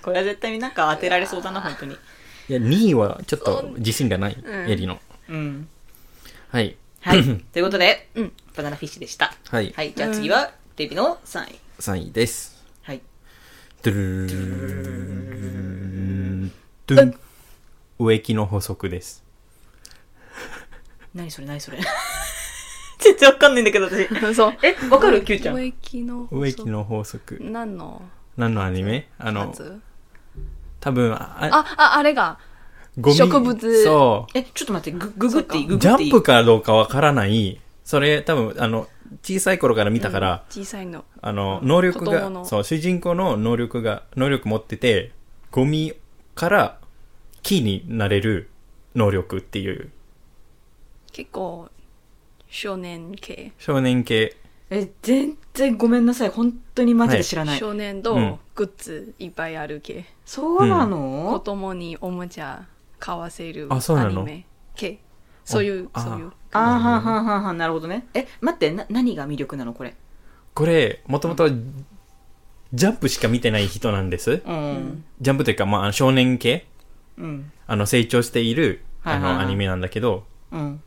[SPEAKER 2] これは絶対になんか当てられそうだな本当に
[SPEAKER 4] いや、2位はちょっと自信がない、
[SPEAKER 3] ん
[SPEAKER 4] エリの。
[SPEAKER 2] うん
[SPEAKER 4] はい。
[SPEAKER 2] はいということで、
[SPEAKER 3] うん
[SPEAKER 2] バナナフィッシュでした
[SPEAKER 4] はい。
[SPEAKER 2] はいじゃあ次はデビの3位
[SPEAKER 4] 3位です。
[SPEAKER 2] はい
[SPEAKER 4] ドゥルルルルルルルルルルン植木の法則です。
[SPEAKER 2] 何それ何それ全然わかんないんだけど私
[SPEAKER 3] そう。
[SPEAKER 2] えわかるキューちゃん
[SPEAKER 3] 植木の。
[SPEAKER 4] 植木。の法則。
[SPEAKER 3] 何の
[SPEAKER 4] 何のアニメあ
[SPEAKER 3] や
[SPEAKER 4] の、
[SPEAKER 3] つ
[SPEAKER 4] 多分、あ、
[SPEAKER 3] あ、あ、あれが。
[SPEAKER 4] ゴミ
[SPEAKER 3] 植物
[SPEAKER 4] そう。
[SPEAKER 2] えちょっと待ってグググっていいグ
[SPEAKER 4] ジ
[SPEAKER 2] グって
[SPEAKER 4] ャ
[SPEAKER 2] い
[SPEAKER 4] ン
[SPEAKER 2] い
[SPEAKER 4] プかどうかわからない、それ多分、あの、小さい頃から見たから、
[SPEAKER 3] 小さいの。
[SPEAKER 4] あの、能力
[SPEAKER 3] 子供
[SPEAKER 4] が、
[SPEAKER 3] の
[SPEAKER 4] そう、主人公の能力が、能力持ってて、ゴミから木になれる能力っていう、
[SPEAKER 3] 結構、少年系。
[SPEAKER 4] 少年系。
[SPEAKER 2] え、全然ごめんなさい。本当にマジで知らない。
[SPEAKER 3] 少年
[SPEAKER 4] う
[SPEAKER 3] と
[SPEAKER 4] ん
[SPEAKER 3] グッズいっぱいある系。
[SPEAKER 2] そうな
[SPEAKER 3] 子
[SPEAKER 2] の、
[SPEAKER 3] 供におもちゃ買わせる
[SPEAKER 4] あそう
[SPEAKER 3] ア
[SPEAKER 4] な
[SPEAKER 3] ニ
[SPEAKER 4] の
[SPEAKER 3] メ系。そういう、
[SPEAKER 4] あ
[SPEAKER 3] そういう。
[SPEAKER 2] ああはんはんはんはん、なるほどね。え、待って、な、何が魅力なのこれ。
[SPEAKER 4] これ、もともと、ジャンプしか見てない人なんです。
[SPEAKER 2] うん。
[SPEAKER 4] ジャンプというか、まあ、少年系、
[SPEAKER 2] うん。
[SPEAKER 4] あの、成長している、
[SPEAKER 2] はいは
[SPEAKER 4] あ
[SPEAKER 2] いはい
[SPEAKER 4] の、アニメなんだけど、
[SPEAKER 2] うん。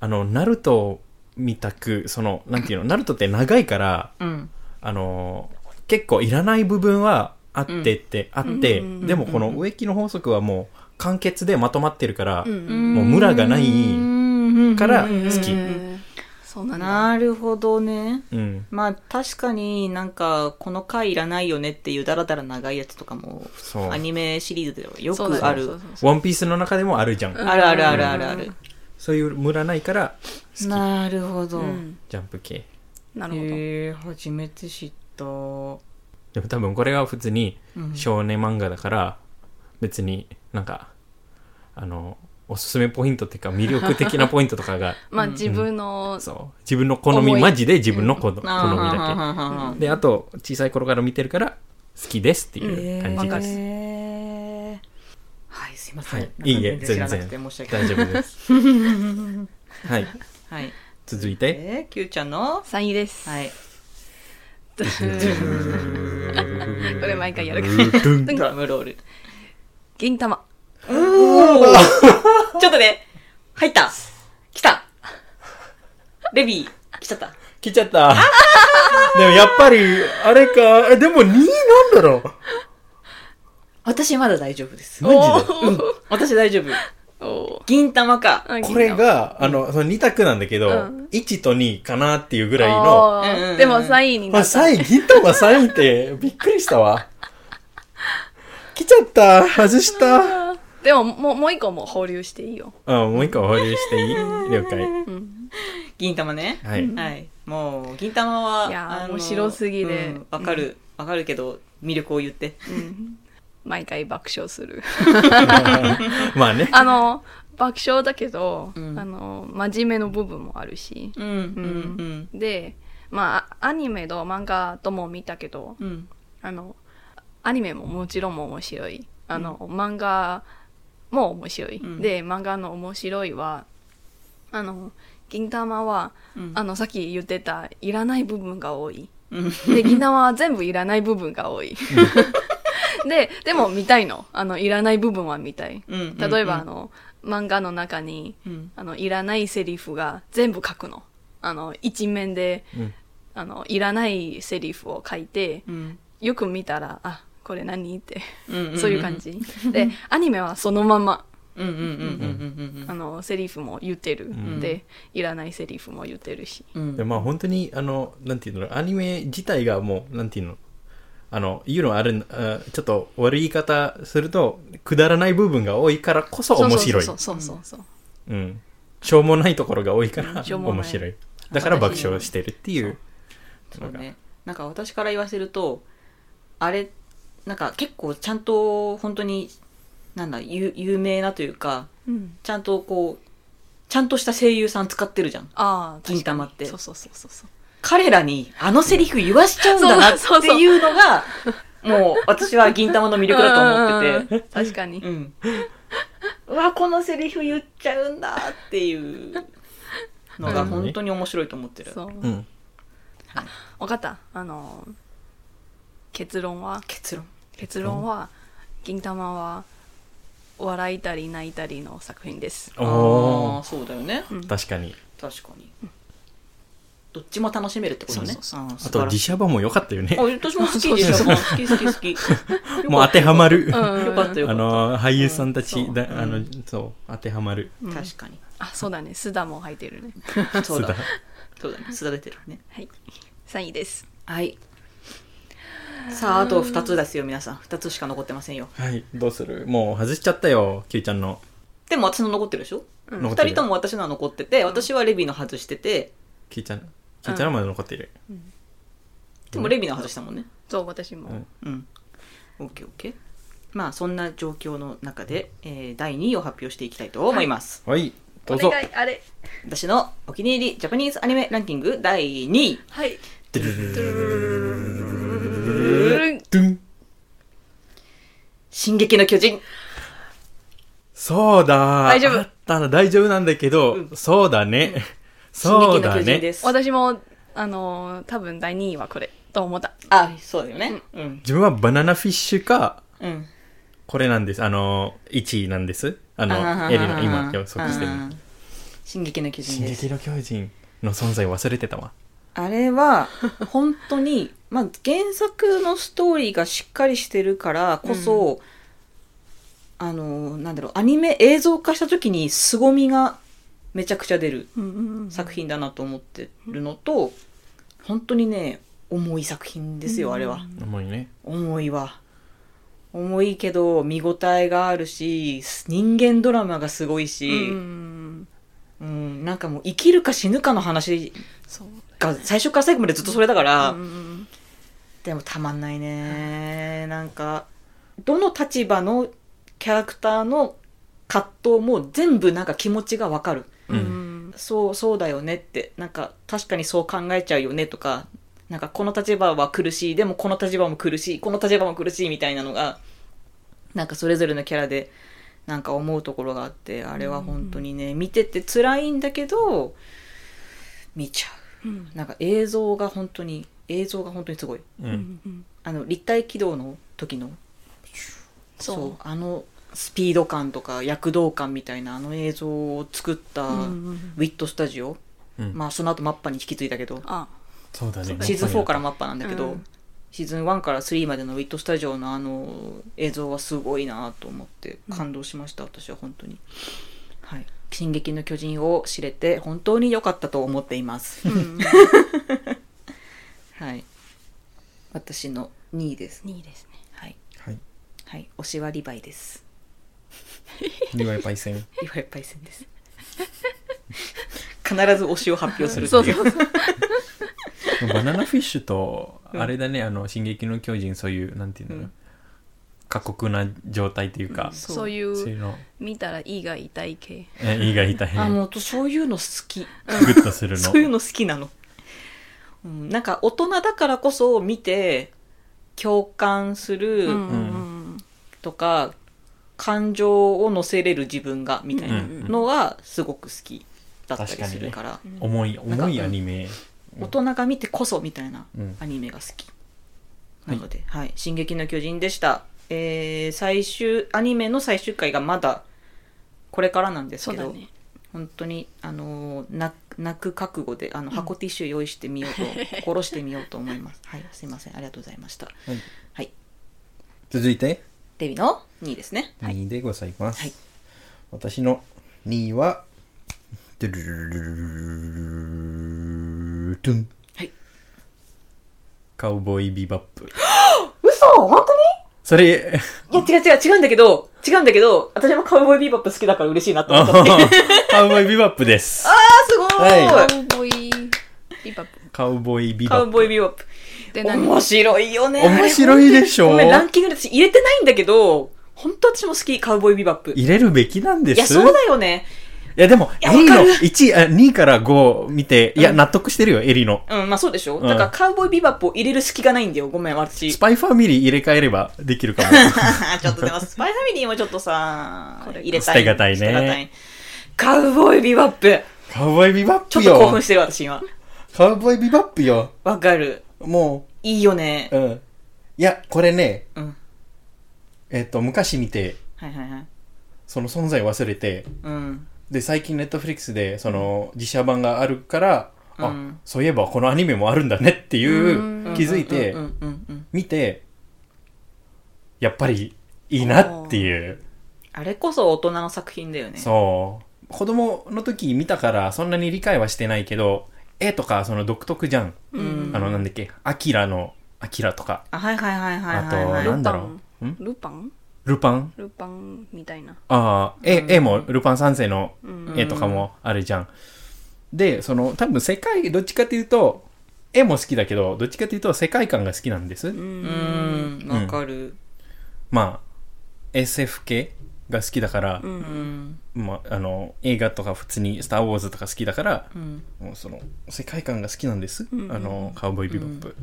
[SPEAKER 4] あの、ナルトみたく、その、なんていうの、ナルトって長いから、
[SPEAKER 2] うん。
[SPEAKER 4] あのー結構いらない部分はあってって、あって、
[SPEAKER 3] うん
[SPEAKER 4] でもこの植木の法則はもう簡潔でまとまってるから、
[SPEAKER 3] うん。
[SPEAKER 4] もうムラがないから
[SPEAKER 2] うん
[SPEAKER 4] 好き。
[SPEAKER 3] うんそうなんだ。
[SPEAKER 2] なるほどね。
[SPEAKER 4] うん。
[SPEAKER 2] まあ確かになんかこの回いらないよねっていうダラダラ長いやつとかも
[SPEAKER 4] そう
[SPEAKER 2] アニメシリーズではよ
[SPEAKER 3] そうだね
[SPEAKER 2] くあ
[SPEAKER 3] そう
[SPEAKER 2] る
[SPEAKER 3] そうそう
[SPEAKER 4] ワンピースの中でもあるじゃん。
[SPEAKER 2] あるあるあるあるある
[SPEAKER 4] そういうムラないから、
[SPEAKER 2] なるほど、
[SPEAKER 3] うん
[SPEAKER 4] ジャンプ系。
[SPEAKER 3] なるほど。
[SPEAKER 2] へえ初めて知った
[SPEAKER 4] でも多分これは普通に
[SPEAKER 2] うん
[SPEAKER 4] 少年漫画だから、別になんか、あの、おすすめポイントっていうか魅力的なポイントとか
[SPEAKER 2] [laughs]
[SPEAKER 4] が、
[SPEAKER 3] まあ自分の、
[SPEAKER 4] そう。自分の好み、
[SPEAKER 3] 思い
[SPEAKER 4] マジで自分の好好み
[SPEAKER 2] あーはんはん
[SPEAKER 4] だ
[SPEAKER 2] はんはんはん
[SPEAKER 4] け。で、あと、小さい頃から見てるから、好きですっていう感じです。
[SPEAKER 2] えーはい、すいません。
[SPEAKER 4] はい
[SPEAKER 2] なんか
[SPEAKER 4] いいえ
[SPEAKER 2] 知らなくて
[SPEAKER 4] 全然
[SPEAKER 2] 申し訳ない。
[SPEAKER 4] 大丈夫です。はい。
[SPEAKER 2] [laughs] はい。
[SPEAKER 4] 続いて、
[SPEAKER 2] えー、キューちゃんの
[SPEAKER 3] [laughs] 3位です。
[SPEAKER 2] はい。
[SPEAKER 3] ドこれ毎回やるから
[SPEAKER 4] [laughs] ら。
[SPEAKER 2] ドラムロール。
[SPEAKER 3] 銀玉
[SPEAKER 2] [laughs] ちょっとね、入った来たレビー、来ちゃった。
[SPEAKER 4] 来ちゃった。でもやっぱり、あれか、えでも2位なんだろう。
[SPEAKER 2] 私まだ大丈夫です。
[SPEAKER 4] マジで
[SPEAKER 2] 私大
[SPEAKER 3] [laughs]
[SPEAKER 2] 丈夫。
[SPEAKER 3] お
[SPEAKER 2] 銀玉か。
[SPEAKER 3] ー
[SPEAKER 4] これが、あの、その2択なんだけど、
[SPEAKER 3] ん
[SPEAKER 4] 1と2かなっていうぐらいの、
[SPEAKER 3] あー
[SPEAKER 2] うん
[SPEAKER 3] でも3位にな
[SPEAKER 4] まあ、
[SPEAKER 3] った
[SPEAKER 4] 3位、銀玉3位
[SPEAKER 3] [laughs]
[SPEAKER 4] って、びっくりしたわ。来ちゃった、外
[SPEAKER 3] [laughs]
[SPEAKER 4] した。
[SPEAKER 3] でももうもう一個も放流していいよ
[SPEAKER 4] あ、もう一個保留していい了解。
[SPEAKER 2] 銀玉ね。
[SPEAKER 3] [laughs]
[SPEAKER 4] はい。
[SPEAKER 2] はい。もう、銀玉は、
[SPEAKER 3] いやー
[SPEAKER 2] あの
[SPEAKER 3] 面白すぎで
[SPEAKER 2] うんわ、かる。わかるけど、魅力を言って。
[SPEAKER 3] 毎回爆笑する
[SPEAKER 4] まあね。
[SPEAKER 3] あの爆笑だけど、
[SPEAKER 2] うん
[SPEAKER 3] あの真面目の部分もあるし
[SPEAKER 2] うん、うん、
[SPEAKER 3] でまあアニメと漫画とも見たけど
[SPEAKER 2] うん。うん。
[SPEAKER 3] あのアニメももちろん面白いあの、漫画も面白い、
[SPEAKER 2] うん
[SPEAKER 3] で漫画の面白いはあの銀玉は、
[SPEAKER 2] うん
[SPEAKER 3] あのさっき言ってたいらない部分が多い
[SPEAKER 2] うん
[SPEAKER 3] [laughs] で銀玉は全部いらない部分が多い [laughs] ででも見たいのあのいらない部分は見たい
[SPEAKER 2] うん。
[SPEAKER 3] 例えば、あの漫画の中に
[SPEAKER 2] うん、
[SPEAKER 3] あのいらないセリフが全部書くのあの一面で、
[SPEAKER 4] うん
[SPEAKER 3] あのいらないセリフを書いて
[SPEAKER 2] うん。
[SPEAKER 3] よく見たらあこれ何って
[SPEAKER 2] うん。
[SPEAKER 3] そういう
[SPEAKER 2] [laughs]
[SPEAKER 3] 感。じ。で、アニメはそのまま、
[SPEAKER 2] うん、うん、うん、うん、
[SPEAKER 3] あの、セリフも言ってる。
[SPEAKER 4] ん
[SPEAKER 3] で、いらないセリフも言ってるし。
[SPEAKER 2] うん、うん。
[SPEAKER 4] でまあ本当に、あの、なんていうの、アニメ自体がもう、なんていうの、あの、言うのはあるん、あちょっと悪い言い方すると、くだらない部分が多いからこそ面白い
[SPEAKER 3] そ。うそうそうそうそうそう。
[SPEAKER 4] うん。しょうもないところが多いか
[SPEAKER 3] う
[SPEAKER 4] ら
[SPEAKER 3] んしょうもない
[SPEAKER 4] 面白い。だから爆笑してるっていう。
[SPEAKER 2] そうね。なんか私から言わせると、あれ、なんか結構ちゃんと本当に、なんだ、有有名なというか、
[SPEAKER 3] うん
[SPEAKER 2] ちゃんとこう、ちゃんとした声優さん使ってるじゃん。
[SPEAKER 3] ああ、確かに
[SPEAKER 2] 銀玉って
[SPEAKER 3] そうそうそうそうそう。
[SPEAKER 2] 彼らにあのセリフ言わしちゃうんだなっていうのが、もう私は銀玉の魅力だと思ってて。
[SPEAKER 3] てて。確かに
[SPEAKER 2] う。ん。うわ、このセリフ言っちゃうんだっていうのが本当に面白いと思ってる。
[SPEAKER 3] そう。
[SPEAKER 4] うん。
[SPEAKER 3] わかった。あの、結論は、
[SPEAKER 2] 結論。
[SPEAKER 3] 結論は、銀玉は、笑いたり泣いたりの作品です。
[SPEAKER 4] お
[SPEAKER 2] ああー、
[SPEAKER 4] お
[SPEAKER 2] そうだよね。
[SPEAKER 4] ー。確かに。
[SPEAKER 2] 確かに。どっちも楽しめるってことね。あ
[SPEAKER 4] あと、自社版も良かったよね。
[SPEAKER 2] あ、私も好きでし
[SPEAKER 4] そ
[SPEAKER 2] ょ。
[SPEAKER 4] うそ
[SPEAKER 2] 好
[SPEAKER 4] う
[SPEAKER 2] き好き好き。
[SPEAKER 4] [laughs] もう当てはまる。
[SPEAKER 3] う
[SPEAKER 4] あ
[SPEAKER 3] ん
[SPEAKER 2] よかったよかった。
[SPEAKER 4] の、俳優さんたち
[SPEAKER 3] う、ん
[SPEAKER 4] だあの、そう、当てはまる。
[SPEAKER 3] うん
[SPEAKER 2] 確かに。
[SPEAKER 3] あ、そうだね。須田も入ってるね。
[SPEAKER 2] そう
[SPEAKER 4] 須
[SPEAKER 2] だ
[SPEAKER 4] 田。
[SPEAKER 2] そうだね。すだ出てるね。
[SPEAKER 3] はい。3位です。
[SPEAKER 2] はい。さあ、あと2つですよ、皆さん。2つしか残ってませんよ。
[SPEAKER 4] はい、どうするもう外しちゃったよ、キューちゃんの。
[SPEAKER 2] でも私の残ってるでしょ
[SPEAKER 4] 残って
[SPEAKER 2] 2
[SPEAKER 4] る
[SPEAKER 2] 人とも私のは残ってて、私はレビーの外してて、
[SPEAKER 4] キューちゃん、キューちゃんはまだ残ってる。
[SPEAKER 2] でもレビーの外したもんね。
[SPEAKER 3] そう、私も。
[SPEAKER 4] うん
[SPEAKER 2] うん。オッケーオッケー。まあ、そんな状況の中で、えー第2位を発表していきたいと思います。
[SPEAKER 4] はい、どうぞ。
[SPEAKER 3] い、あれ。
[SPEAKER 2] 私のお気に入りジャパニーズアニメランキング第2位。
[SPEAKER 3] はい。
[SPEAKER 4] ドゥルルルルル
[SPEAKER 3] うん
[SPEAKER 4] ドゥン
[SPEAKER 2] 進撃の巨人。
[SPEAKER 4] そうだ
[SPEAKER 3] 大丈夫
[SPEAKER 4] あったな大丈夫なんだけど、そうだね。そうだ
[SPEAKER 2] 進撃の巨人で
[SPEAKER 4] ね。
[SPEAKER 2] す。
[SPEAKER 3] 私も、あのー、多分第2位はこれ、と思った。
[SPEAKER 2] あ、そうだよね。うん。
[SPEAKER 4] 自分はバナナフィッシュか、
[SPEAKER 2] うん。
[SPEAKER 4] これなんです。あの、1位なんです。あ
[SPEAKER 2] あ
[SPEAKER 4] の、
[SPEAKER 2] ー
[SPEAKER 4] エリの今予測してる
[SPEAKER 2] あ。ー進撃の巨人
[SPEAKER 4] 進
[SPEAKER 2] です
[SPEAKER 4] 撃。の巨人の存在忘れてたわ。
[SPEAKER 2] あれは本当に、まあ、原作のストーリーがしっかりしてるからこそ、あのなんだろうアニメ映像化した時に凄みがめちゃくちゃ出る作品だなと思ってるのと、本当にね重い作品ですよあれは、
[SPEAKER 4] 重いね。
[SPEAKER 2] 重いわ重いけど見応えがあるし人間ドラマがすごいし、
[SPEAKER 3] うん。
[SPEAKER 2] うんなんかもう生きるか死ぬかの話
[SPEAKER 3] そう。
[SPEAKER 2] が最初から最後までずっとそれだから、
[SPEAKER 3] うん
[SPEAKER 2] でもたまんないねなんかどの立場のキャラクターの葛藤も全部なんか気持ちがわかる
[SPEAKER 4] う。
[SPEAKER 3] うんん。
[SPEAKER 2] そうそうだよねってなんか確かにそう考えちゃうよねとかなんかこの立場は苦しいでもこの立場も苦しいこの立場も苦しいみたいなのがなんかそれぞれのキャラでなんか思うところがあってあれは本当にね、見てて辛いんだけど見ちゃう、なんか映像が本当に映像が本当にすごい
[SPEAKER 4] うん。
[SPEAKER 3] うん
[SPEAKER 2] あの立体軌道の時の
[SPEAKER 3] そう
[SPEAKER 2] あのスピード感とか躍動感みたいなあの映像を作った
[SPEAKER 3] うん
[SPEAKER 2] ウ
[SPEAKER 3] うん
[SPEAKER 2] ィットスタジオ、
[SPEAKER 4] うん
[SPEAKER 2] まあその後マッパに引き継いだけど
[SPEAKER 3] あ
[SPEAKER 4] そうだね。。
[SPEAKER 2] シーズン4かららマッパなんだけど、
[SPEAKER 3] うん
[SPEAKER 2] シーズン1から3までのウィットスタジオのあの映像はすごいなと思って感動しました、私は本当に。はい「進撃の巨人」を知れて本当に良かったと思っています。
[SPEAKER 3] うん
[SPEAKER 2] はい私の2位です。
[SPEAKER 3] 2位ですね
[SPEAKER 2] はい、
[SPEAKER 4] はい。
[SPEAKER 2] はい、推しはリヴァイです。
[SPEAKER 4] リヴァイパイセン。 [laughs]
[SPEAKER 2] リヴァイパイセンです。必ず推しを発表するって
[SPEAKER 3] そう
[SPEAKER 2] い。
[SPEAKER 3] そうう
[SPEAKER 4] バナナフィッシュと、
[SPEAKER 2] うん
[SPEAKER 4] あれだね、あの、進撃の巨人、そういう、なんていうんだろ
[SPEAKER 2] う。
[SPEAKER 4] うん過酷な状態というか、
[SPEAKER 2] そ
[SPEAKER 3] そうい
[SPEAKER 4] そういううの、
[SPEAKER 3] 見たら胃が痛い系
[SPEAKER 4] え、胃が痛い。
[SPEAKER 2] あ
[SPEAKER 4] グ
[SPEAKER 2] もうそういうの好き。
[SPEAKER 4] ッとするの。
[SPEAKER 2] そういうの好きなの。うん、なんか大人だからこそ見て共感す
[SPEAKER 3] う
[SPEAKER 2] る
[SPEAKER 3] んうん
[SPEAKER 2] とか、感情を乗せれる自分がみたいなのはすごく好きだったりするから、
[SPEAKER 4] 重い、
[SPEAKER 2] なんか
[SPEAKER 4] 重いアニメ。
[SPEAKER 2] 大人が見てこそみたいな
[SPEAKER 4] うん
[SPEAKER 2] アニメが好き。なので、はい、進撃の巨人でした。えー最終、アニメの最終回がまだこれからなんです
[SPEAKER 3] そう
[SPEAKER 2] け
[SPEAKER 3] だ
[SPEAKER 2] ど、
[SPEAKER 3] ね
[SPEAKER 2] 本当に、あのー泣く泣く覚悟であの箱ティッシュ用意してみようと、
[SPEAKER 3] [laughs]
[SPEAKER 2] 心してみようと思います。はい、すいません、ありがとうございました。はい、
[SPEAKER 4] 続いて、
[SPEAKER 2] デビの2位ですね。はい、
[SPEAKER 4] 2位でございま
[SPEAKER 2] はい
[SPEAKER 4] す。私の2位は、トゥルルルルルルトゥン。
[SPEAKER 2] はい。
[SPEAKER 4] カウボーイビバップ。
[SPEAKER 2] 嘘本
[SPEAKER 4] それ、
[SPEAKER 2] [laughs] 当にいや、違う違う、違うんだけど、違うんだけど、私もカウボーイビーバップ好きだから嬉しいなと思
[SPEAKER 4] あ
[SPEAKER 2] ったので。あー、
[SPEAKER 4] カウボーイビバップです。
[SPEAKER 2] すごい、
[SPEAKER 4] は
[SPEAKER 3] カウボーイビバップ
[SPEAKER 4] カウボーイビ
[SPEAKER 2] カ
[SPEAKER 4] バ
[SPEAKER 2] ウ
[SPEAKER 4] ップ。
[SPEAKER 2] ボーイビーバップ。
[SPEAKER 3] で何
[SPEAKER 2] 面白いよね。
[SPEAKER 4] 面白いでしょ
[SPEAKER 2] ごめん、ランキングで私入れてないんだけど、本当私も好き、カウボーイビバップ。い
[SPEAKER 4] 入れるべきなんです。
[SPEAKER 2] や、そうだよね。
[SPEAKER 4] いやでも、
[SPEAKER 2] いや
[SPEAKER 4] エリの
[SPEAKER 2] わか
[SPEAKER 4] 1、あ2から5見て、いや、
[SPEAKER 2] うん
[SPEAKER 4] 納得してるよ、エリの。
[SPEAKER 2] うん、まあそうでしょ。
[SPEAKER 4] うん
[SPEAKER 2] だから、カウボーイビバップを入れる隙がないんだよ。ごめん、私。
[SPEAKER 4] スパイファミリー入れ替えればでき
[SPEAKER 2] [laughs]
[SPEAKER 4] るかも。
[SPEAKER 2] ちょっと
[SPEAKER 4] [laughs]
[SPEAKER 2] でも、スパイファミリーもちょっとさ、
[SPEAKER 3] これ
[SPEAKER 2] 入れたい。
[SPEAKER 4] 捨てがたいね
[SPEAKER 2] 捨がたいカウボーイビバップ。
[SPEAKER 4] カウボーイビバッ
[SPEAKER 2] ちょ
[SPEAKER 4] プ
[SPEAKER 2] っと興
[SPEAKER 4] よ
[SPEAKER 2] 奮。してる、私今。
[SPEAKER 4] カウボーイビバップよ。
[SPEAKER 2] わかる。
[SPEAKER 4] も
[SPEAKER 2] いいよね
[SPEAKER 4] う、。うん。いや、これね、
[SPEAKER 2] うん。
[SPEAKER 4] えっ、と、昔見て、
[SPEAKER 2] はいはいはい。
[SPEAKER 4] その存在忘れて、
[SPEAKER 2] うん。
[SPEAKER 4] で、最近ネットフリックスで、その、自社版があるから、あ、
[SPEAKER 2] うん
[SPEAKER 4] そういえばこのアニメもあるんだねっていう、気づいて、
[SPEAKER 2] うんうんうん。
[SPEAKER 4] 見て、やっぱりいいなっていう。
[SPEAKER 2] あれこそ大人の作品だよね。
[SPEAKER 4] そう。子供の時見たからそんなに理解はしてないけど、絵とかその独特じゃん。
[SPEAKER 2] うん
[SPEAKER 4] あの、なんだっけ、アキラの、アキラとか、
[SPEAKER 2] あ、はいはいはいはいはい、はい。
[SPEAKER 4] あとなんだろう
[SPEAKER 3] ル
[SPEAKER 4] ん
[SPEAKER 3] ルパン
[SPEAKER 4] ルパン
[SPEAKER 3] ルパンみたいな
[SPEAKER 4] ああ、絵、
[SPEAKER 2] うん
[SPEAKER 4] 絵も、ルパン三世の
[SPEAKER 3] うん
[SPEAKER 4] 絵とかもあるじゃん。で、その、多分世界、どっちかというと、絵も好きだけど、どっちかというと世界観が好きなんです。
[SPEAKER 2] うーん、わかる。
[SPEAKER 4] まあ、SF 系が好きだから、
[SPEAKER 2] うん。うん。
[SPEAKER 4] まあ、あの、映画とか普通に、スター・ウォーズとか好きだから、
[SPEAKER 2] うん。
[SPEAKER 4] もうその世界観が好きなんです、あのカウボーイビバップ、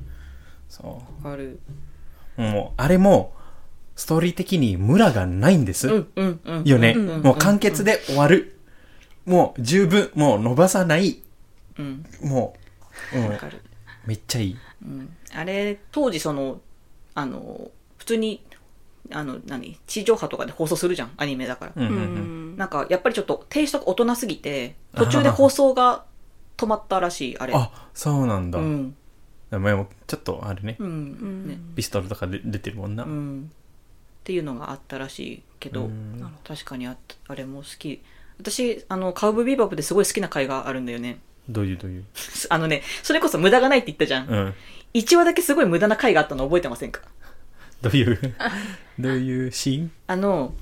[SPEAKER 4] そ
[SPEAKER 2] わかる。
[SPEAKER 4] うもうあれもストーリー的にムラがないんです、
[SPEAKER 2] うんうんうん。
[SPEAKER 4] よね、
[SPEAKER 2] ん
[SPEAKER 4] もう完結で終わる、もう十分もう伸ばさない
[SPEAKER 2] うん。
[SPEAKER 4] もう、うん
[SPEAKER 2] わかる。
[SPEAKER 4] めっちゃいい
[SPEAKER 2] うん。あれ、当時その、あの、普通に、あの、何、地上波とかで放送するじゃん、アニメだから。
[SPEAKER 4] うんうん
[SPEAKER 3] う
[SPEAKER 4] うん
[SPEAKER 3] ん
[SPEAKER 2] なんか、やっぱりちょっと、テイストが大人すぎて、途中で放送が止まったらしい、あれ。
[SPEAKER 4] あそうなんだ、
[SPEAKER 2] うん。
[SPEAKER 4] でもちょっとあれね、
[SPEAKER 2] う。
[SPEAKER 3] うんん
[SPEAKER 2] ね
[SPEAKER 4] ピストルとかで出てるもんな、
[SPEAKER 2] うん。っていうのがあったらしいけど、
[SPEAKER 4] うん
[SPEAKER 3] なるほ
[SPEAKER 2] 確かにあったあれも好き。私、あの、カウブビーバップですごい好きな回があるんだよね。
[SPEAKER 4] どういうどういう、
[SPEAKER 2] [laughs] あのね、それこそ無駄がないって言ったじゃん。
[SPEAKER 4] うん、
[SPEAKER 2] 一話だけすごい無駄な回があったの覚えてませんか
[SPEAKER 4] どういう
[SPEAKER 2] [laughs]
[SPEAKER 4] どういうシーン
[SPEAKER 2] あの、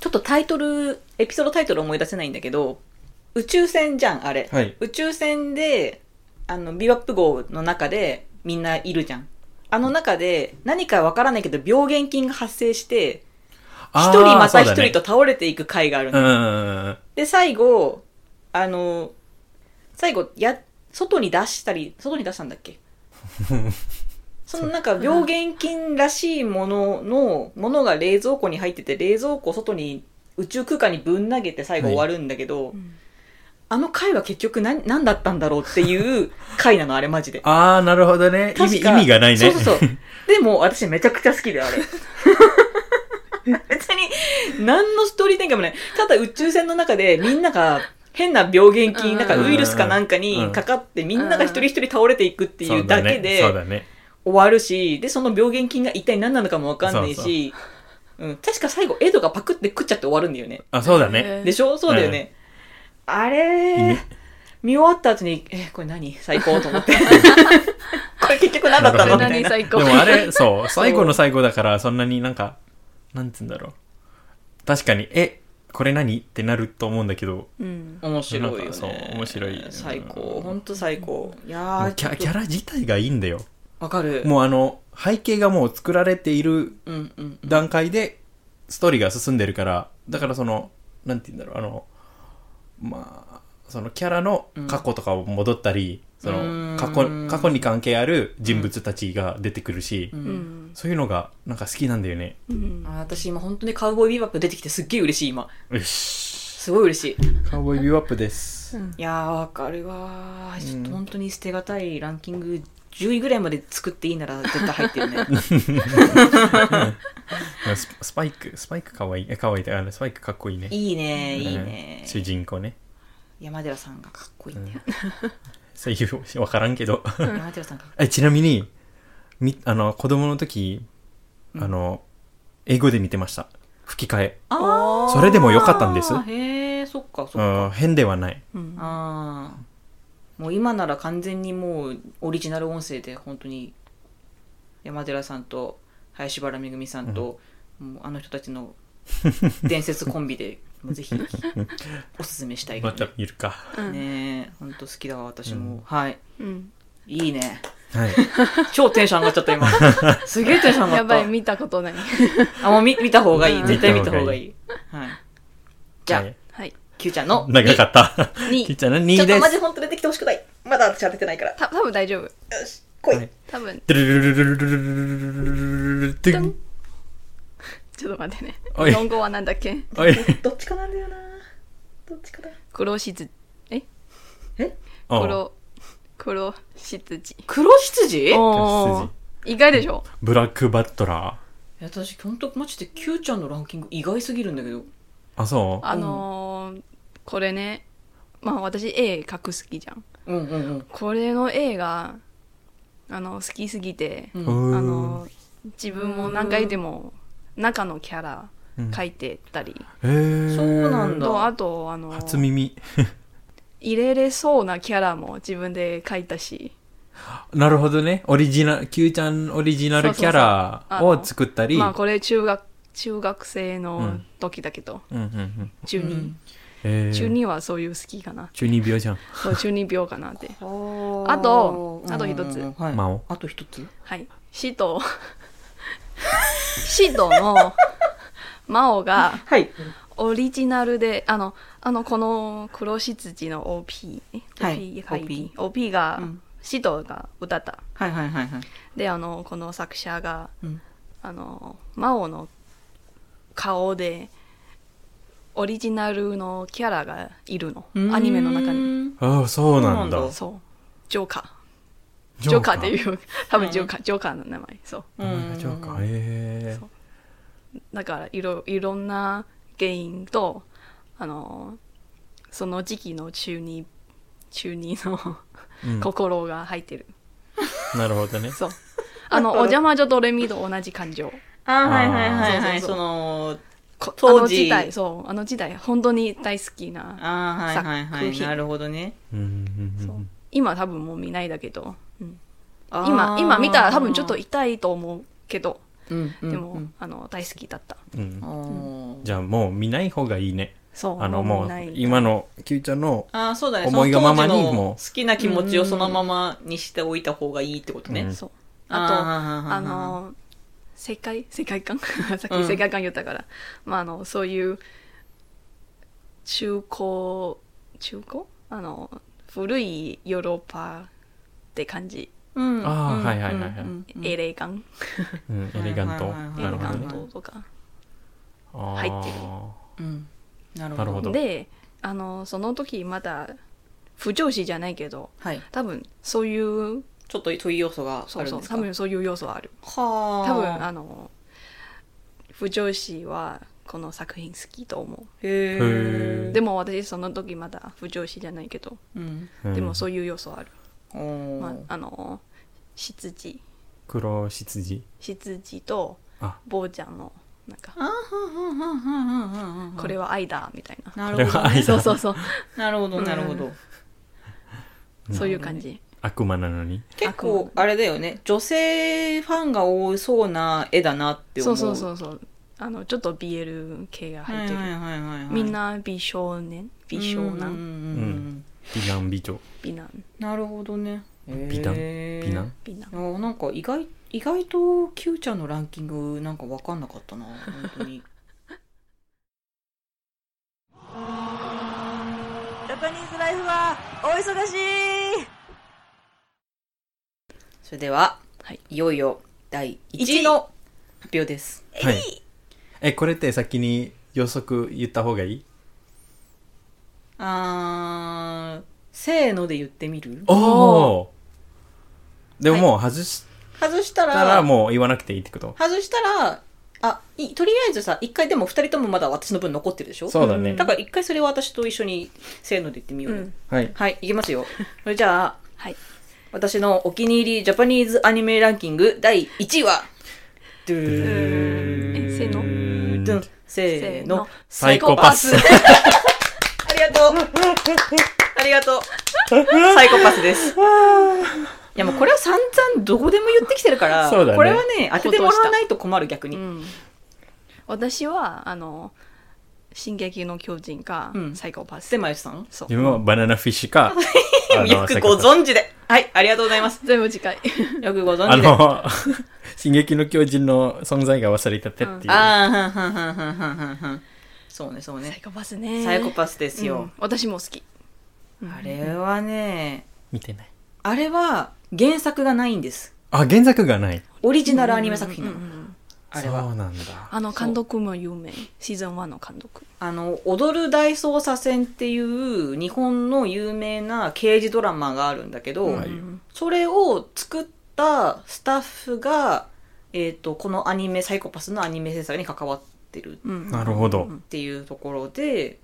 [SPEAKER 2] ちょっとタイトル、エピソードタイトル思い出せないんだけど、宇宙船じゃん、あれ。
[SPEAKER 4] はい
[SPEAKER 2] 宇宙船で、あの、ビバップ号の中でみんないるじゃん。あの中で何かわからないけど病原菌が発生して、一人また一人と
[SPEAKER 4] と
[SPEAKER 2] 倒れていく回があるの
[SPEAKER 4] うんうんうんうん
[SPEAKER 2] で、最後、あの、最後、や、外に出したり、外に出したんだっ [laughs] けそのなんか病原菌らしいものの、ものが冷蔵庫に入ってて、冷蔵庫を外に宇宙空間にぶん投げて最後終わるんだけど、
[SPEAKER 3] ん
[SPEAKER 2] あの回は結局何何だったんだろうっていう回なの、あれマジで。
[SPEAKER 4] ああ、なるほどね。意
[SPEAKER 2] 確
[SPEAKER 4] 味
[SPEAKER 2] か
[SPEAKER 4] 意味がないね。
[SPEAKER 2] そうそう
[SPEAKER 4] [laughs]
[SPEAKER 2] そう。でも、私めちゃくちゃ好きだよ、あれ。別に、何のストーリー展開もない。ただ宇宙船の中でみんなが変な病原
[SPEAKER 3] う
[SPEAKER 2] 菌、
[SPEAKER 3] ん
[SPEAKER 2] なんかウイルスかなんかにかかって、みんなが一人一人倒れていくって
[SPEAKER 4] そ
[SPEAKER 2] いううだけ
[SPEAKER 4] ね。そう
[SPEAKER 2] で
[SPEAKER 4] だね。
[SPEAKER 2] 終わるし、で、その病原菌が一体何なのかもわかんない
[SPEAKER 4] そうそ
[SPEAKER 2] し、うん、確か最後、エドがパクって食っちゃって終わるんだよね。
[SPEAKER 4] あ、そうだね。
[SPEAKER 2] でしょそうだよね。あれ
[SPEAKER 4] 意
[SPEAKER 2] ー
[SPEAKER 4] 味、
[SPEAKER 2] 見終わった後に、え、これ何最高と思
[SPEAKER 4] [laughs]
[SPEAKER 2] って。これ結局何だったのみたい
[SPEAKER 3] 何
[SPEAKER 2] な。
[SPEAKER 3] 最
[SPEAKER 4] で
[SPEAKER 3] 高
[SPEAKER 4] もあ
[SPEAKER 2] [laughs]
[SPEAKER 4] れ、そう、最後の最後だから、そんなになんか、なんつうんだろう。確かに、え、これ何ってなると思うんだけど、
[SPEAKER 3] うん、
[SPEAKER 2] 面白いよね。
[SPEAKER 4] そう面白い
[SPEAKER 2] 最高。本当最高。いや
[SPEAKER 4] も
[SPEAKER 2] ー
[SPEAKER 4] うキャ
[SPEAKER 2] ちょっと
[SPEAKER 4] キャラ自体がいいんだよ。
[SPEAKER 2] わかる。
[SPEAKER 4] もうあの、背景がもう作られている
[SPEAKER 2] うんうん。
[SPEAKER 4] 段階で、ストーリーが進んでるから、だからその、なんて言うんだろう、あの、まあ、そのキャラの過去とかを戻ったり、そうの
[SPEAKER 2] ん
[SPEAKER 4] 過去、過去に関係ある人物たちが出てくるし、
[SPEAKER 2] う
[SPEAKER 3] うんん
[SPEAKER 4] そういうのがなんか好きなんだよね。
[SPEAKER 3] うん
[SPEAKER 2] あ私今本当にカウボーイビバップ出てきてすっげえ嬉しい今。
[SPEAKER 4] よし。
[SPEAKER 2] すごい嬉しい。
[SPEAKER 4] カウボーイビューアップです。
[SPEAKER 2] いやーわかるわー。ちょっ
[SPEAKER 4] う
[SPEAKER 2] と
[SPEAKER 4] ん
[SPEAKER 2] 本当に捨てがたいランキング10位ぐらいまで作っていいなら絶対入ってる
[SPEAKER 4] [laughs]
[SPEAKER 2] ね。
[SPEAKER 4] ススパイク、スパイクかわいい。え、かわいいって。あのスパイクかっこいいね。
[SPEAKER 2] いいねいい
[SPEAKER 4] うん
[SPEAKER 2] ね
[SPEAKER 4] 主人公ね。
[SPEAKER 2] 山寺さんがかっこいいんだよ。
[SPEAKER 4] 声優、わからんけど。
[SPEAKER 2] 山寺さんかっこ
[SPEAKER 4] え、ちなみに、み、あの、子供の時、
[SPEAKER 2] うん
[SPEAKER 4] あの、英語で見てました。吹き替え。
[SPEAKER 2] あー
[SPEAKER 4] それでもよかったんです
[SPEAKER 2] へえ、そっか、そっか。
[SPEAKER 4] うん、変ではない。
[SPEAKER 3] うん
[SPEAKER 2] ああ。もう今なら完全にもうオリジナル音声で本当に山寺さんと林原めぐみさんと、もうあの人たちの伝説コンビで [laughs] もうぜひおすすめしたい
[SPEAKER 4] また
[SPEAKER 2] ね
[SPEAKER 4] 見るか。
[SPEAKER 2] え本当好きだわ私も、
[SPEAKER 4] うん
[SPEAKER 2] はい
[SPEAKER 3] うん
[SPEAKER 2] いいね
[SPEAKER 4] はい。
[SPEAKER 2] 超テンション上がっちゃった今すげえテンション上が
[SPEAKER 3] や
[SPEAKER 2] った
[SPEAKER 3] ばい見たことない [laughs]
[SPEAKER 2] あもう見見た方がいい
[SPEAKER 3] うん
[SPEAKER 2] 絶対見た方がいい、はい、じゃあ、
[SPEAKER 4] はい
[SPEAKER 3] はい
[SPEAKER 2] Q ちゃんの
[SPEAKER 4] 長かった。
[SPEAKER 3] 二
[SPEAKER 4] きっちゃんの2
[SPEAKER 2] ちょ
[SPEAKER 4] 位
[SPEAKER 2] っと
[SPEAKER 4] で
[SPEAKER 2] マジ
[SPEAKER 4] す。
[SPEAKER 2] 本当出てきてほしくないまだ私当ててないから
[SPEAKER 3] た多分大丈夫
[SPEAKER 2] よし来い、
[SPEAKER 4] はい
[SPEAKER 3] 多分
[SPEAKER 4] ドゥルルルルルルルルルルルトゥン
[SPEAKER 3] ちょっと待ってね
[SPEAKER 4] お
[SPEAKER 3] 日
[SPEAKER 4] い
[SPEAKER 3] 本語はなんだっけ
[SPEAKER 4] おい。
[SPEAKER 2] [laughs] どっちかなんだよなどっちかだ
[SPEAKER 3] 黒しつえ
[SPEAKER 2] え
[SPEAKER 4] おう
[SPEAKER 3] 黒黒しつじ
[SPEAKER 2] 黒羊
[SPEAKER 3] おー意外でしょ
[SPEAKER 4] ブラックバットラー。
[SPEAKER 2] 私ほんとマジで Q ちゃんのランキング意外すぎるんだけど
[SPEAKER 4] あ、そう
[SPEAKER 3] あのー、これねまあ私絵描く好きじゃん
[SPEAKER 2] うんうん
[SPEAKER 3] これの絵があの好きすぎて、
[SPEAKER 2] うん
[SPEAKER 4] う
[SPEAKER 2] うん
[SPEAKER 4] ーん
[SPEAKER 3] あの自分も何回でも中のキャラ描いてたり、
[SPEAKER 4] へー
[SPEAKER 2] そうなんだ
[SPEAKER 3] とあとあの
[SPEAKER 4] 初耳。
[SPEAKER 3] 入れれそうなキャラも自分で描いたし
[SPEAKER 4] なるほどね。オリジナル、Q ちゃんオリジナルキャラ
[SPEAKER 3] そうそうそうあ
[SPEAKER 4] を作ったり。
[SPEAKER 3] まあこれ中学中学生
[SPEAKER 4] う
[SPEAKER 3] の
[SPEAKER 4] ん
[SPEAKER 3] 時だけど、
[SPEAKER 4] うんうんうん。
[SPEAKER 3] 中二、
[SPEAKER 4] へー
[SPEAKER 3] 中。二はそういう好きかな
[SPEAKER 4] 中二病じゃん。
[SPEAKER 3] そう中二病かなって
[SPEAKER 2] うん
[SPEAKER 3] あとあと一つ
[SPEAKER 2] うんはい
[SPEAKER 4] マオ
[SPEAKER 2] あと一つ
[SPEAKER 3] はいシトシトのマオが
[SPEAKER 2] はい
[SPEAKER 3] オリジナルで、あの、あの、この、黒しつじの OP、え
[SPEAKER 2] はい
[SPEAKER 3] OP、OP, OP が、
[SPEAKER 2] うん
[SPEAKER 3] シトが歌った。
[SPEAKER 2] はいはいはいはい
[SPEAKER 3] で、あの、この作者が、
[SPEAKER 2] うん
[SPEAKER 3] あの、マオの顔で、オリジナルのキャラがいるの。アニメの中に。
[SPEAKER 2] に
[SPEAKER 4] ああ、そうなん
[SPEAKER 2] そうなん
[SPEAKER 4] だ
[SPEAKER 2] だ。
[SPEAKER 3] そう。ジョーカー。ジョーカーって
[SPEAKER 4] う。
[SPEAKER 3] いう、多分ジョーカー、ジョーカーの名前。そう。
[SPEAKER 4] ジョーカー、へ
[SPEAKER 3] そうだからいろいろんな原因とあのその時期の中二中二の
[SPEAKER 4] え。うん
[SPEAKER 3] 心が入ってる、
[SPEAKER 4] なるほど
[SPEAKER 2] [laughs]
[SPEAKER 4] ね。
[SPEAKER 3] そうあのお邪魔女ドレミと同じ感情
[SPEAKER 2] あーはいはいはいはい
[SPEAKER 3] あーそうそうそう
[SPEAKER 2] その
[SPEAKER 3] こ
[SPEAKER 2] 当時
[SPEAKER 3] あの時代そうあの時代本当に大好きな
[SPEAKER 2] あーはいはいは
[SPEAKER 3] 作
[SPEAKER 2] い
[SPEAKER 3] 品
[SPEAKER 2] なるほどね
[SPEAKER 4] うんうん
[SPEAKER 3] そううん今多分もう見ないだけど、うん
[SPEAKER 2] あー
[SPEAKER 3] 今今見たら多分ちょっと痛いと思うけど
[SPEAKER 2] うんうんうん
[SPEAKER 3] でも、あの大好きだった
[SPEAKER 4] うん。
[SPEAKER 2] あー
[SPEAKER 4] じゃあもう見ない方がいいね。
[SPEAKER 3] そう
[SPEAKER 4] あのもう
[SPEAKER 3] 見ない
[SPEAKER 4] 今の Q ちゃんの
[SPEAKER 2] ああ、そうだね。
[SPEAKER 4] 思いがままに
[SPEAKER 2] その当時の
[SPEAKER 4] もう
[SPEAKER 2] 好きな気持ちをそのままにしておいた方がいいってことね。
[SPEAKER 4] うん
[SPEAKER 3] そうあと
[SPEAKER 2] あ
[SPEAKER 3] あの世界世界
[SPEAKER 2] [laughs]
[SPEAKER 3] 観さっ
[SPEAKER 2] う
[SPEAKER 3] き
[SPEAKER 2] ん
[SPEAKER 3] 世界観言ったから、まああのそういう中古中古あの古いヨーロッパって感じ、
[SPEAKER 2] ー、うん
[SPEAKER 4] あーはいはいはいはい
[SPEAKER 3] エレガン、
[SPEAKER 4] うんエレガント。
[SPEAKER 2] はいはいはい
[SPEAKER 3] エ
[SPEAKER 4] な
[SPEAKER 3] レ
[SPEAKER 4] る
[SPEAKER 3] ガ
[SPEAKER 4] ほど
[SPEAKER 3] ン
[SPEAKER 4] ね
[SPEAKER 3] トとか
[SPEAKER 4] あー
[SPEAKER 3] 入って
[SPEAKER 2] うんなるほど。
[SPEAKER 4] なるほど
[SPEAKER 3] であのその時まだ不調子じゃないけど
[SPEAKER 2] はい。
[SPEAKER 3] 多分そういう
[SPEAKER 2] ちょっと問い要素が
[SPEAKER 3] そ
[SPEAKER 2] あ
[SPEAKER 3] う
[SPEAKER 2] るん
[SPEAKER 3] そう
[SPEAKER 2] ですか
[SPEAKER 3] 多分そういう要素はある
[SPEAKER 2] はあ。
[SPEAKER 3] 多分あの不調子はこの作品好きと思
[SPEAKER 2] へ
[SPEAKER 4] へ
[SPEAKER 2] え。
[SPEAKER 3] うでも私その時まだ不調子じゃないけど、
[SPEAKER 2] うん。
[SPEAKER 3] でも
[SPEAKER 4] う
[SPEAKER 3] そういう要素はある、
[SPEAKER 2] おー
[SPEAKER 3] まあ、あの執事
[SPEAKER 4] ん黒羊
[SPEAKER 3] 執事と
[SPEAKER 4] あ
[SPEAKER 3] 坊ちゃんのなんか
[SPEAKER 2] あはんはんはんはんはんはんはん
[SPEAKER 3] これは愛だみたいな、
[SPEAKER 2] な
[SPEAKER 4] これ
[SPEAKER 2] るほど
[SPEAKER 4] は
[SPEAKER 2] ね。
[SPEAKER 4] 愛だ
[SPEAKER 3] [laughs] そうそうそう
[SPEAKER 2] なるほど、なるほど。
[SPEAKER 3] そういう感じ
[SPEAKER 4] 悪魔なのに
[SPEAKER 2] 結構、あれだよね。女性ファンが多そうな絵だなって思。。
[SPEAKER 3] そううそうそううそうあのちょっと BL 系が
[SPEAKER 2] は
[SPEAKER 3] 入
[SPEAKER 2] い
[SPEAKER 3] ってる、
[SPEAKER 2] はいはいはい。
[SPEAKER 3] みん、な美少年美少
[SPEAKER 2] うんうん
[SPEAKER 3] 男
[SPEAKER 2] うんう
[SPEAKER 4] うんん。美男美女
[SPEAKER 3] 美男
[SPEAKER 2] なるほどね。
[SPEAKER 4] 美男
[SPEAKER 2] へー
[SPEAKER 4] 美男
[SPEAKER 3] 美男
[SPEAKER 2] あーなんか意外意外と Q ちゃんのランキングなんか分かんなかったな本
[SPEAKER 5] [laughs]
[SPEAKER 2] 当に
[SPEAKER 5] ジャパニーズライフは大忙しい
[SPEAKER 2] それでは、
[SPEAKER 3] はい、
[SPEAKER 2] よいよ第1位の発表です
[SPEAKER 4] はいえこれって先に予測言った方がいい
[SPEAKER 2] あーせーので言ってみる
[SPEAKER 4] おおでももう外し
[SPEAKER 2] 外したら
[SPEAKER 4] たらもう言わなくていいってこと
[SPEAKER 2] 外したらあいとりあえずさ一回でも二人ともまだ私の分残ってるでしょ
[SPEAKER 4] そうだね
[SPEAKER 2] だから一回それは私と一緒にせーので言ってみようよ、
[SPEAKER 3] うん
[SPEAKER 4] はい
[SPEAKER 2] はいいきますよそれじゃあ
[SPEAKER 3] はい
[SPEAKER 2] 私のお気に入りジャパニーズアニメランキング第1位はドゥー
[SPEAKER 3] えせーの
[SPEAKER 2] ドゥンせーの
[SPEAKER 4] サイコパス
[SPEAKER 2] ありがとうありがとうサイコパスですいやもうこれは散々どこでも言ってきてるから、
[SPEAKER 4] そうだね
[SPEAKER 2] これはね当ててもらわないと困る逆に、 [laughs]
[SPEAKER 3] うん、私はあの「進撃の巨人」か
[SPEAKER 2] う
[SPEAKER 3] 「
[SPEAKER 2] ん
[SPEAKER 3] サイコパス」
[SPEAKER 2] でまゆさん
[SPEAKER 3] そう
[SPEAKER 4] 自分はバナナフィッシ
[SPEAKER 2] [laughs]
[SPEAKER 4] ュかあの
[SPEAKER 2] よく
[SPEAKER 4] サイ
[SPEAKER 2] ご
[SPEAKER 4] コパ
[SPEAKER 2] 存知ではいありがとうございます
[SPEAKER 3] 全部近い
[SPEAKER 2] よくご
[SPEAKER 4] スあ
[SPEAKER 2] 存知であ
[SPEAKER 4] の [laughs] 進撃の巨人の存在が忘れたてっていう
[SPEAKER 2] あーはんはんはんはんはんはんはんそうねそう
[SPEAKER 3] サイ
[SPEAKER 2] ね
[SPEAKER 3] コパスね
[SPEAKER 2] サイコ
[SPEAKER 3] ス
[SPEAKER 2] パスですよ、
[SPEAKER 3] 私も好き
[SPEAKER 2] あれはね
[SPEAKER 4] 見てない
[SPEAKER 2] あれは原作がないんです
[SPEAKER 4] あ原作がない
[SPEAKER 2] オリジナルアニメ作品な
[SPEAKER 3] う
[SPEAKER 2] の
[SPEAKER 3] んうんうん
[SPEAKER 2] あれ
[SPEAKER 4] そ
[SPEAKER 2] は
[SPEAKER 4] うなんだ
[SPEAKER 3] あの監督も有名シーズン1の監督
[SPEAKER 2] あの「踊る大捜査線」っていう日本の有名な刑事ドラマがあるんだけど、
[SPEAKER 4] はい
[SPEAKER 2] それを作ったスタッフが、えー、とこのアニメ「サイコパス」のアニメ制作に関わってる
[SPEAKER 3] うん
[SPEAKER 4] なるほど
[SPEAKER 2] っていうところで、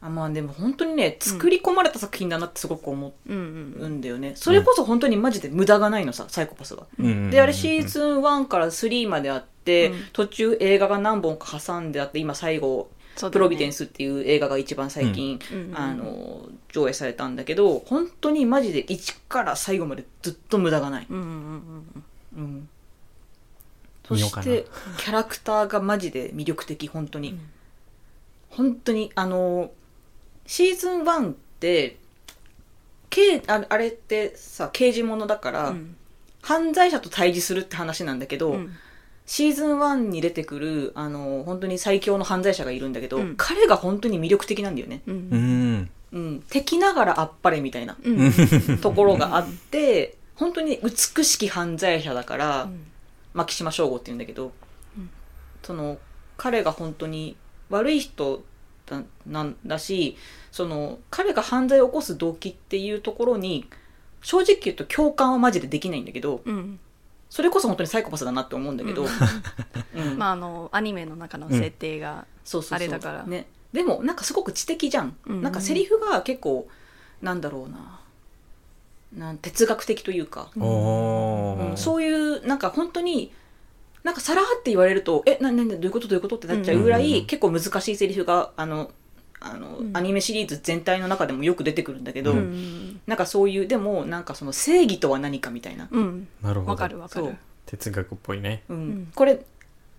[SPEAKER 2] あまあでも本当にね作り込まれた作品だなってすごく思
[SPEAKER 3] うんうん
[SPEAKER 2] うんだよね、それこそ本当にマジで無駄がないのさサイコパスは。であれシーズン1から3まであって、
[SPEAKER 3] うん
[SPEAKER 2] 途中映画が何本か挟んであって今最後
[SPEAKER 3] そうだね
[SPEAKER 2] 「プロビデンス」っていう映画が一番最近、
[SPEAKER 3] うんうんうん
[SPEAKER 2] あの上映されたんだけど本当にマジで1から最後までずっと無駄がない、
[SPEAKER 3] うんうんうん
[SPEAKER 2] うんそ
[SPEAKER 4] 見ようか
[SPEAKER 2] し
[SPEAKER 4] な
[SPEAKER 2] てキャラクターがマジで魅力的本当に、
[SPEAKER 3] うん
[SPEAKER 2] 本当にあのシーズン1って刑ああれってさ刑事ものだから、
[SPEAKER 3] うん
[SPEAKER 2] 犯罪者と対峙するって話なんだけど、
[SPEAKER 3] うん
[SPEAKER 2] シーズン1に出てくるあの本当に最強の犯罪者がいるんだけど、
[SPEAKER 3] うん
[SPEAKER 2] 彼が本当に魅力的なんだよね、
[SPEAKER 3] う
[SPEAKER 4] うんん
[SPEAKER 2] うん、敵ながらあっぱれみたいな
[SPEAKER 3] うんうん
[SPEAKER 2] ところがあって、本当に美しき犯罪者だから、
[SPEAKER 3] ん
[SPEAKER 2] 牧島省吾って言うんだけど、
[SPEAKER 3] うん
[SPEAKER 2] その彼が本当に悪い人だなんだしその彼が犯罪を起こす動機っていうところに正直言うと共感はマジでできないんだけど
[SPEAKER 3] うん
[SPEAKER 2] それこそ本当にサイコパスだなって思うんだけど、うん
[SPEAKER 3] [laughs] まああのアニメの中の設定が
[SPEAKER 2] そうそうそう
[SPEAKER 3] あれだから
[SPEAKER 2] ね、でもなんかすごく知的じゃん、
[SPEAKER 3] うん
[SPEAKER 2] なんかセリフが結構なんだろうななん哲学的というか、
[SPEAKER 4] おお
[SPEAKER 2] うん
[SPEAKER 4] ー
[SPEAKER 2] そういうなんか本当になんかさらって言われると「えなななどういうことどういうこと?」ってなっちゃうぐら
[SPEAKER 4] うんうん
[SPEAKER 2] い、
[SPEAKER 4] うん
[SPEAKER 2] 結構難しいセリフがあのあの、
[SPEAKER 3] うん
[SPEAKER 2] アニメシリーズ全体の中でもよく出てくるんだけど、
[SPEAKER 4] うん
[SPEAKER 3] うん
[SPEAKER 2] なんかそういうでもなんかその正義とは何かみたいな、
[SPEAKER 3] うん
[SPEAKER 4] なるほど
[SPEAKER 3] わかるわか
[SPEAKER 2] そ
[SPEAKER 3] る
[SPEAKER 2] う
[SPEAKER 4] 哲学っぽいね
[SPEAKER 2] うん
[SPEAKER 3] ん
[SPEAKER 2] これ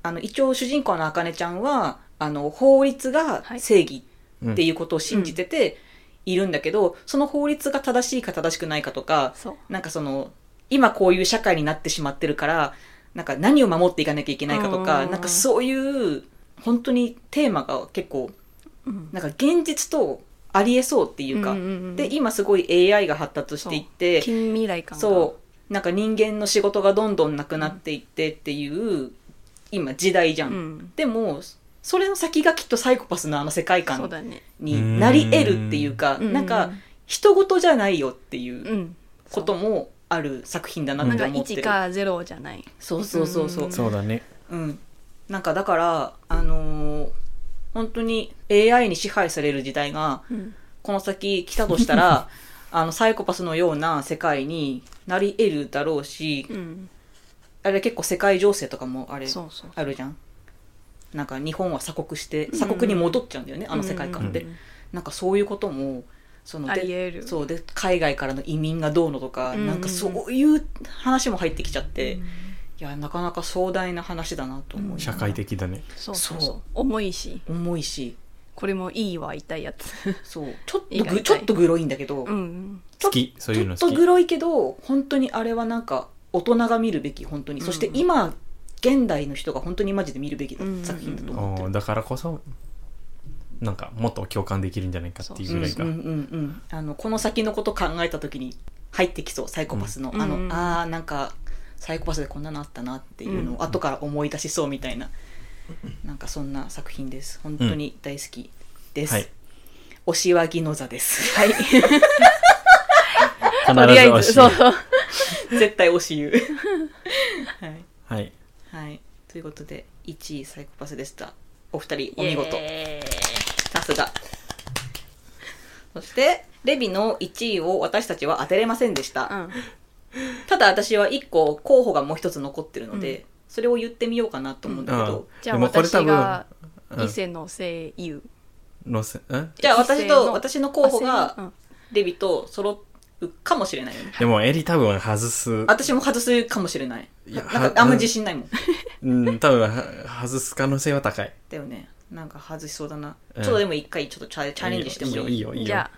[SPEAKER 2] あの一応主人公のあかねちゃんはあの法律が正義っていうことを信じてているんだけど、その法律が正しいか正しくないかとか
[SPEAKER 3] そう
[SPEAKER 2] なんかその今こういう社会になってしまってるからなんか何を守っていかなきゃいけないかとか
[SPEAKER 3] うん
[SPEAKER 2] なんかそういう本当にテーマが結構
[SPEAKER 3] うん
[SPEAKER 2] なんか現実とありえそうっていうか、
[SPEAKER 3] うんうんうん
[SPEAKER 2] で今すごい AI が発達していって
[SPEAKER 3] 近未来感が
[SPEAKER 2] そうなんか人間の仕事がどんどんなくなっていってっていう、今時代じゃん、
[SPEAKER 3] うん
[SPEAKER 2] でもそれの先がきっとサイコパスのあの世界
[SPEAKER 3] そう
[SPEAKER 2] 観
[SPEAKER 3] だね
[SPEAKER 2] になり得るっていうか
[SPEAKER 3] うん
[SPEAKER 2] なんか人事じゃないよっていううんこともある作品だな
[SPEAKER 3] な
[SPEAKER 2] っ
[SPEAKER 3] ん
[SPEAKER 2] て
[SPEAKER 3] か
[SPEAKER 2] 思って
[SPEAKER 3] 1
[SPEAKER 2] る、
[SPEAKER 3] か0じゃない
[SPEAKER 2] そうそうそうそう
[SPEAKER 4] そうだね。
[SPEAKER 2] うん、なんかだから、あのー本当に AI に支配される時代が
[SPEAKER 3] うん
[SPEAKER 2] この先来たとしたら
[SPEAKER 3] [laughs]
[SPEAKER 2] あのサイコパスのような世界になり得るだろうし、
[SPEAKER 3] うん
[SPEAKER 2] あれ結構世界情勢とかもあれ
[SPEAKER 3] そうそう
[SPEAKER 2] あるじゃんなんか日本は鎖国して鎖国に戻っちゃうんだよね、あの世界観って、
[SPEAKER 3] うん
[SPEAKER 2] なんかそういうこともそので
[SPEAKER 3] あり得る
[SPEAKER 2] そうで海外からの移民がどうのとか、
[SPEAKER 3] うんうん
[SPEAKER 2] なんかそういう話も入ってきちゃって、いやなかなか壮大な話だなと思う、
[SPEAKER 4] 社会的だね。
[SPEAKER 3] そうそう
[SPEAKER 2] そ
[SPEAKER 3] そうう重いし
[SPEAKER 2] 重いし
[SPEAKER 3] これもいいわ痛いやつ
[SPEAKER 2] そうちょっと
[SPEAKER 3] 意外
[SPEAKER 2] ぐ
[SPEAKER 3] と
[SPEAKER 2] ちょっとグロいんだけど、
[SPEAKER 3] うんうん
[SPEAKER 2] ちょ
[SPEAKER 4] 好きそういうの
[SPEAKER 2] ちょ
[SPEAKER 4] 好
[SPEAKER 2] っと
[SPEAKER 4] き
[SPEAKER 2] グロいけど本当にあれはなんか大人が見るべき本当に、そして今現代の人が本当にマジで見るべき
[SPEAKER 3] うん
[SPEAKER 2] 作品だと思って
[SPEAKER 4] お
[SPEAKER 2] る、
[SPEAKER 4] ーだからこそ、なんかもっと共感できるんじゃないかっていうぐらい
[SPEAKER 2] うん
[SPEAKER 4] が。
[SPEAKER 2] うんうんうんあのこの先のこと考えた時に入ってきそうサイコパスの、
[SPEAKER 3] うん
[SPEAKER 2] あの、
[SPEAKER 3] うん
[SPEAKER 2] あーなんかサイコパスでこんなのあったなっていうのを後から思い出しそうみたいな、なんかそんな作品です本当に大好きです、
[SPEAKER 4] はい
[SPEAKER 2] 推しはギノザ
[SPEAKER 3] [laughs]
[SPEAKER 2] です
[SPEAKER 3] はい
[SPEAKER 4] 必
[SPEAKER 3] と
[SPEAKER 4] ず
[SPEAKER 3] りあ
[SPEAKER 4] 推
[SPEAKER 3] えず
[SPEAKER 4] し。
[SPEAKER 3] そうそう
[SPEAKER 2] 絶対推し言うはい
[SPEAKER 4] はい。
[SPEAKER 2] はい、ということで1位サイコパスでしたお二人お見事
[SPEAKER 3] イエ
[SPEAKER 2] さすがそしてレビの1位を私たちは当てれませんでした、
[SPEAKER 3] ーイうん
[SPEAKER 2] ただ私は1個候補がもう一つ残ってるので、それを言ってみようかなと思うんだけど、
[SPEAKER 4] うん
[SPEAKER 3] じゃあ
[SPEAKER 4] でもこれ
[SPEAKER 3] 私
[SPEAKER 4] 多分
[SPEAKER 3] が
[SPEAKER 4] うん
[SPEAKER 3] 伊勢の声優
[SPEAKER 4] のせ、ん
[SPEAKER 2] じゃあ私
[SPEAKER 3] 一斉
[SPEAKER 2] と
[SPEAKER 3] の
[SPEAKER 2] 私の候補
[SPEAKER 3] う
[SPEAKER 2] が
[SPEAKER 3] ん
[SPEAKER 2] レビと揃うかもしれないよね
[SPEAKER 4] でも、エリ多分外す。
[SPEAKER 2] 私も外すかもしれない
[SPEAKER 4] いや
[SPEAKER 2] なんかあんま自信ないもん
[SPEAKER 4] うん、多分は、外す可能性は高い。
[SPEAKER 2] だよねなんか外しそうだな、
[SPEAKER 4] うん
[SPEAKER 2] ちょっとでも一回ちょっとチャチャレンジしてもいい
[SPEAKER 4] いいよ、いいよ、いいよ。
[SPEAKER 3] じゃあ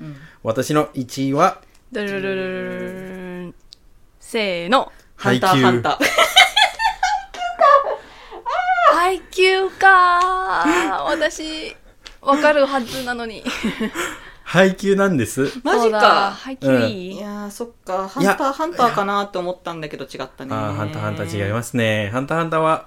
[SPEAKER 2] うん
[SPEAKER 4] 私の1位は、
[SPEAKER 3] ドゥルルルルルルンせーの
[SPEAKER 2] ハンター
[SPEAKER 4] 配給
[SPEAKER 2] ハンター
[SPEAKER 3] 配給かー私わかるはずなのに
[SPEAKER 4] 配給なんです。
[SPEAKER 2] マ
[SPEAKER 3] そ
[SPEAKER 2] ジ
[SPEAKER 3] うだ
[SPEAKER 2] か
[SPEAKER 3] 配給いい、
[SPEAKER 2] いやーそっかハン
[SPEAKER 4] いや
[SPEAKER 2] ターハンターかなと思ったんだけど違ったね
[SPEAKER 4] ああ、ハンターハンター違いますね。ハンターハンターは、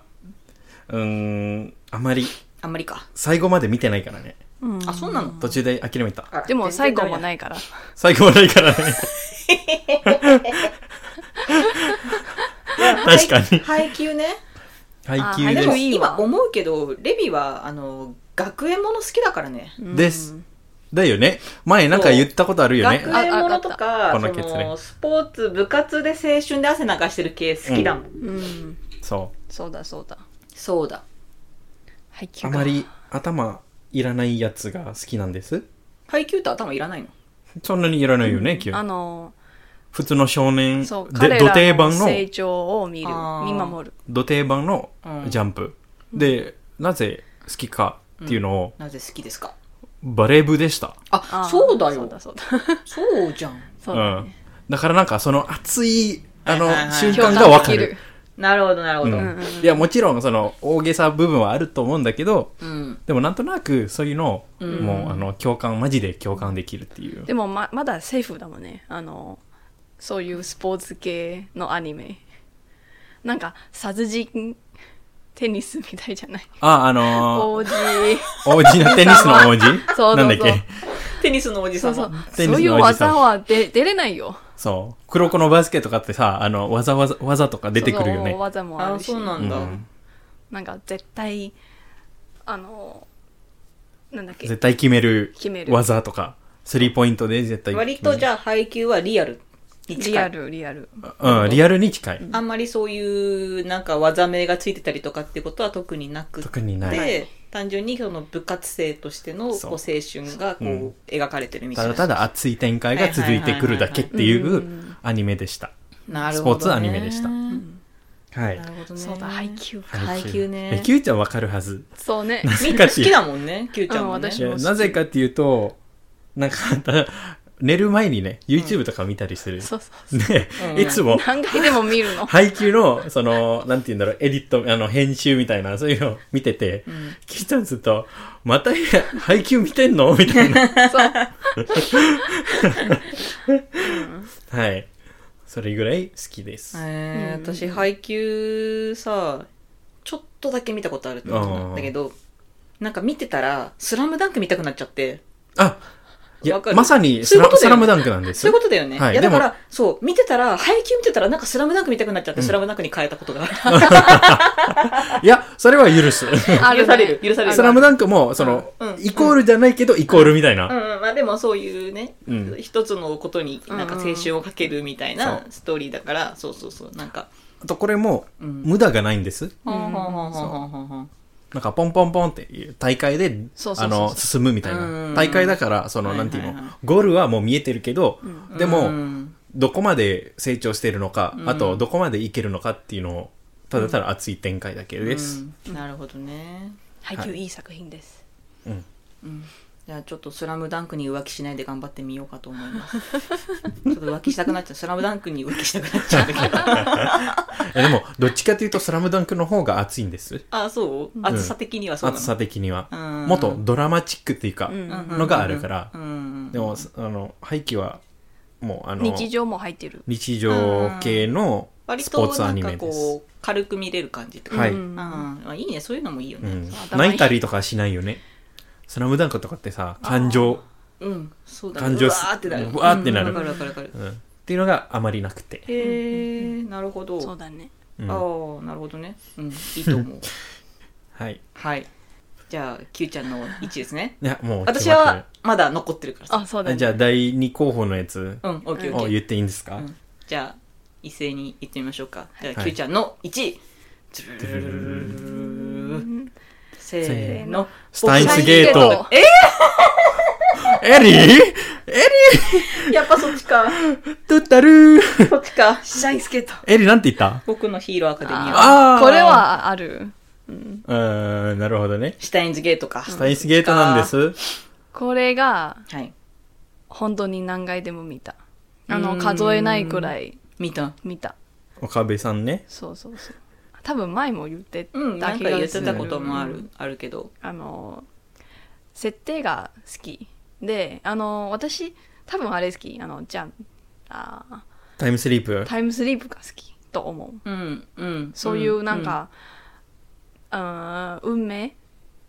[SPEAKER 4] うーん、あまり
[SPEAKER 2] あんまりか
[SPEAKER 4] 最後まで見てないからね。
[SPEAKER 3] うん
[SPEAKER 2] あそうなの
[SPEAKER 4] 途中で諦めた。
[SPEAKER 3] でも最後も
[SPEAKER 2] い
[SPEAKER 3] ないから
[SPEAKER 4] 最後はないからね。
[SPEAKER 2] [laughs]
[SPEAKER 4] 確かに。
[SPEAKER 2] 配給ね
[SPEAKER 4] 配
[SPEAKER 3] あ
[SPEAKER 4] 給
[SPEAKER 2] あでも
[SPEAKER 4] で
[SPEAKER 3] いいわ
[SPEAKER 2] 今思うけどレビはあの学園もの好きだからね
[SPEAKER 4] す。です。だよね。前なんか言ったことあるよね。
[SPEAKER 2] 学園ものとか
[SPEAKER 4] ああ
[SPEAKER 2] そ
[SPEAKER 4] わかったこのケツね
[SPEAKER 2] のスポーツ部活で青春で汗流してる系好きだもん、
[SPEAKER 3] うん
[SPEAKER 4] そ
[SPEAKER 3] そうだそうだ
[SPEAKER 2] そうだ
[SPEAKER 3] 配給
[SPEAKER 4] う。
[SPEAKER 3] か
[SPEAKER 4] あまり頭いらないやつが好きなんです。
[SPEAKER 2] 配給って頭いらないの
[SPEAKER 4] そんなにいらないよね、急に
[SPEAKER 3] あの
[SPEAKER 4] 普通の少年、で
[SPEAKER 3] そう彼
[SPEAKER 4] 土定
[SPEAKER 3] らの
[SPEAKER 4] 番の、
[SPEAKER 3] 成長を見る
[SPEAKER 2] あー
[SPEAKER 3] 見守る
[SPEAKER 4] 土定番の
[SPEAKER 2] うん
[SPEAKER 4] ジャンプ。で、なぜ好きかっていうのを、
[SPEAKER 2] なぜ好きですか
[SPEAKER 4] バレー部でした。
[SPEAKER 2] あ
[SPEAKER 3] あー
[SPEAKER 2] そうだよ
[SPEAKER 3] そうだそうだ
[SPEAKER 2] そうじゃん
[SPEAKER 3] そう
[SPEAKER 4] う
[SPEAKER 3] だ
[SPEAKER 4] ん。だからなんかその熱い、あの
[SPEAKER 2] はいはいは、い
[SPEAKER 4] 瞬間がわかる。
[SPEAKER 2] なるほどなるほど、
[SPEAKER 4] うんいや、もちろん、その、大げさ部分はあると思うんだけど、
[SPEAKER 2] うん
[SPEAKER 4] でもなんとなく、そういうのを、
[SPEAKER 2] ん
[SPEAKER 4] もう、あの、共感、マジで共感できるっていう。
[SPEAKER 3] でもままだセーフだもんねあのそういうスポーツ系のアニメなんか殺人テニスみたいじゃない
[SPEAKER 4] あ、あの
[SPEAKER 3] 王
[SPEAKER 2] [laughs]
[SPEAKER 3] 子
[SPEAKER 4] ー、王子な、テニスの王子
[SPEAKER 3] そうそう
[SPEAKER 4] なんだっけ
[SPEAKER 2] テニスのおじさ
[SPEAKER 3] そ
[SPEAKER 2] ん
[SPEAKER 3] うそうそ
[SPEAKER 4] テニスの王子様
[SPEAKER 3] ういう技は出出れないよ
[SPEAKER 4] そう。黒子のバスケとかってさ、あの、わざわざ、わざとか出てくる
[SPEAKER 3] そ
[SPEAKER 4] よ
[SPEAKER 3] うそ
[SPEAKER 4] ね
[SPEAKER 3] う。技もあ
[SPEAKER 2] あ
[SPEAKER 3] るし
[SPEAKER 2] そうなんだ、
[SPEAKER 4] うん
[SPEAKER 3] なんか絶対あのなんだっけ
[SPEAKER 4] 絶対決める
[SPEAKER 3] 決める
[SPEAKER 4] 技とか、スリーポイントで絶対決める。
[SPEAKER 2] 割とじゃあ配給はリアルに近い
[SPEAKER 3] リアルリアル
[SPEAKER 4] うん、リアルに近い。
[SPEAKER 2] あんまりそういうなんか技名がついてたりとかってことは特になくて
[SPEAKER 4] 特にない。
[SPEAKER 2] で単純にその部活生としてのこう
[SPEAKER 4] そう
[SPEAKER 2] 青春がこう、
[SPEAKER 4] うん
[SPEAKER 2] 描かれてるみたい
[SPEAKER 4] た
[SPEAKER 2] な
[SPEAKER 4] だただ熱い展開が続いてくるだけっていうアニメでした。
[SPEAKER 2] なる
[SPEAKER 4] ス
[SPEAKER 2] ほ
[SPEAKER 4] ポ
[SPEAKER 2] ど、ね、
[SPEAKER 4] ーツアニメでしたはい
[SPEAKER 2] な。るほどね
[SPEAKER 3] そうだ配給か
[SPEAKER 2] 配給ね
[SPEAKER 4] 配給ちゃんわかるはず。
[SPEAKER 3] そう
[SPEAKER 4] [laughs]
[SPEAKER 3] ね
[SPEAKER 2] みんな好きだもんね Q ちゃんもね
[SPEAKER 3] うん
[SPEAKER 4] い
[SPEAKER 3] 私
[SPEAKER 4] やなぜかっていうと、なんか、寝る前にね、YouTube とか見たりする。
[SPEAKER 3] そうそう
[SPEAKER 4] で、
[SPEAKER 2] うん
[SPEAKER 4] いつも、
[SPEAKER 3] 何回でも見るの
[SPEAKER 4] 配給の、その、なんて言うんだろう、エディット、あの、編集みたいな、そういうのを見てて、キーちゃんすると、また配給見てんのみた
[SPEAKER 2] [laughs]
[SPEAKER 4] いな。
[SPEAKER 3] そう
[SPEAKER 4] はい。それぐらい好きです。
[SPEAKER 2] えー
[SPEAKER 3] うん
[SPEAKER 2] 私配給さちょっとだけ見たことあると思う
[SPEAKER 4] あ
[SPEAKER 2] ん
[SPEAKER 4] ー
[SPEAKER 2] だけど、なんか見てたら、スラムダンク見たくなっちゃって、
[SPEAKER 4] あ、いや
[SPEAKER 2] わか、る
[SPEAKER 4] まさに
[SPEAKER 2] そ
[SPEAKER 4] ス
[SPEAKER 2] ういうこ
[SPEAKER 4] ラ
[SPEAKER 2] とだ
[SPEAKER 4] ス
[SPEAKER 2] よ
[SPEAKER 4] ラ
[SPEAKER 2] ね
[SPEAKER 4] ムダンクなんです
[SPEAKER 2] そういうことだよね。
[SPEAKER 4] はい
[SPEAKER 2] いや、
[SPEAKER 4] で
[SPEAKER 2] だ
[SPEAKER 4] も
[SPEAKER 2] から、そう、見てたら、配球見てたら、なんかスラムダンク見たくなっちゃって、スラムダンクに変えた
[SPEAKER 4] [laughs]
[SPEAKER 2] ことがある。
[SPEAKER 4] いや、それは許す。
[SPEAKER 3] ある
[SPEAKER 2] 許
[SPEAKER 3] ね
[SPEAKER 2] される許される
[SPEAKER 4] スラムダンクも、その
[SPEAKER 2] うん、
[SPEAKER 4] イコールじゃないけど、イコールみたいな。
[SPEAKER 2] うんうん、まあでもそういうね、
[SPEAKER 4] うん
[SPEAKER 2] 一つのことになんか青春をかけるみたい
[SPEAKER 4] うん
[SPEAKER 2] な
[SPEAKER 4] う
[SPEAKER 2] ストーリーだから、そうそうそう、なんか。
[SPEAKER 4] あと、これも、
[SPEAKER 2] うん
[SPEAKER 4] 無駄がないんです。
[SPEAKER 2] ほんほんほんほんほんほんほん
[SPEAKER 4] なんか、ポンポンポンっていう大会で、
[SPEAKER 3] そうそうそうそ
[SPEAKER 4] あ
[SPEAKER 3] う
[SPEAKER 4] の、進むみたい
[SPEAKER 2] うん
[SPEAKER 4] な。大会だから、その、
[SPEAKER 2] はい
[SPEAKER 4] な
[SPEAKER 2] はい
[SPEAKER 4] ん
[SPEAKER 2] は
[SPEAKER 4] て
[SPEAKER 2] い
[SPEAKER 4] いうの、ゴールはもう見えてるけど、で
[SPEAKER 2] う
[SPEAKER 4] も、
[SPEAKER 2] ん
[SPEAKER 4] どこまで成長してるのか
[SPEAKER 2] う、ん
[SPEAKER 4] あと、どこまでいけるのかっていうのを、ただただ熱い展開だけです。
[SPEAKER 2] うんなるほどね。
[SPEAKER 3] 配給いい作品です。
[SPEAKER 4] うん
[SPEAKER 2] じゃあちょっと「スラムダンクに浮気しないで頑張ってみようかと思い
[SPEAKER 4] [laughs]
[SPEAKER 2] ますちょっと浮気したくなっちゃう「スラムダンクに浮気したくなっちゃうんだけど
[SPEAKER 4] い [laughs] やでも、どっちかというと、スラムダンクの方が熱いんです。
[SPEAKER 2] あそう暑さ的にはそうな
[SPEAKER 4] 熱
[SPEAKER 2] の、
[SPEAKER 4] さ的には。
[SPEAKER 2] うん
[SPEAKER 4] もっとドラマチックっていうか、
[SPEAKER 3] うん
[SPEAKER 4] のがあるから
[SPEAKER 2] うんうんうん
[SPEAKER 4] でも、あの、廃棄は、もう、あの、
[SPEAKER 3] 日常も入ってる。
[SPEAKER 4] 日常系の
[SPEAKER 2] 割
[SPEAKER 4] ス
[SPEAKER 2] と
[SPEAKER 4] ポーツア
[SPEAKER 2] なん
[SPEAKER 4] ニメ
[SPEAKER 2] か
[SPEAKER 4] です。
[SPEAKER 2] こう軽く見れる感じってこと
[SPEAKER 4] はい
[SPEAKER 3] うん
[SPEAKER 2] うんあいいねそういうのもいいよ
[SPEAKER 4] う
[SPEAKER 2] ね
[SPEAKER 4] ん、
[SPEAKER 3] 頭いい
[SPEAKER 4] 泣いたりとかしないよね。スラムダンクとかってさ、感情、
[SPEAKER 2] うん、そうだね
[SPEAKER 4] 感情
[SPEAKER 2] うわーってなる
[SPEAKER 4] うわーってなる
[SPEAKER 2] うんわかるわかるわかる
[SPEAKER 4] うん、っていうのがあまりなくて。
[SPEAKER 2] へえなるほど
[SPEAKER 3] そうだね。
[SPEAKER 4] うん
[SPEAKER 2] あ
[SPEAKER 4] は
[SPEAKER 2] あなるほどねうんいいと思う
[SPEAKER 4] い。い
[SPEAKER 2] はいじゃあ Q ちゃんの1ですね
[SPEAKER 4] や、もう決
[SPEAKER 2] 私
[SPEAKER 4] まってる、
[SPEAKER 2] はまだ残ってるからさ
[SPEAKER 3] あ、そうだ
[SPEAKER 4] あじゃ
[SPEAKER 3] ね。
[SPEAKER 4] あ、第2候補のやつ
[SPEAKER 2] うん OKOK、
[SPEAKER 4] を言っていいんですか、
[SPEAKER 2] うんじゃあ一斉に言ってみましょうかじゃあ、
[SPEAKER 4] はい
[SPEAKER 2] Q ちゃんの1位せーの
[SPEAKER 4] スタインスゲート。
[SPEAKER 3] え
[SPEAKER 4] エリーエ
[SPEAKER 2] やっぱそっちか
[SPEAKER 4] リートゥッタルー
[SPEAKER 2] そっちかシャインスケート
[SPEAKER 4] エリーなんて言った
[SPEAKER 2] 僕のヒーローアカデミア
[SPEAKER 4] あ
[SPEAKER 3] あ
[SPEAKER 4] ー
[SPEAKER 3] これはある。
[SPEAKER 4] うーん、なるほどね。
[SPEAKER 2] シュタインズゲートか
[SPEAKER 4] スタインスゲートなんです。
[SPEAKER 3] これが
[SPEAKER 2] はい
[SPEAKER 3] 本当に何回でも見た。あ
[SPEAKER 2] う
[SPEAKER 3] の、
[SPEAKER 2] ん
[SPEAKER 3] 数えないくらい
[SPEAKER 2] 見た
[SPEAKER 3] 見た。
[SPEAKER 4] 岡部さんね。
[SPEAKER 3] そうそうそう。多分前も言ってた
[SPEAKER 2] うんなん
[SPEAKER 3] 気
[SPEAKER 2] か
[SPEAKER 3] が
[SPEAKER 2] 言っ
[SPEAKER 3] す
[SPEAKER 2] て
[SPEAKER 3] る
[SPEAKER 2] たこともある、。あるけど
[SPEAKER 3] あの設定が好きであの私多分あれ好きあのじゃんあ
[SPEAKER 4] タイムスリープ
[SPEAKER 3] ー。タイムスリープが好きと思う
[SPEAKER 2] うんうん
[SPEAKER 3] そういうなん、か、あー運命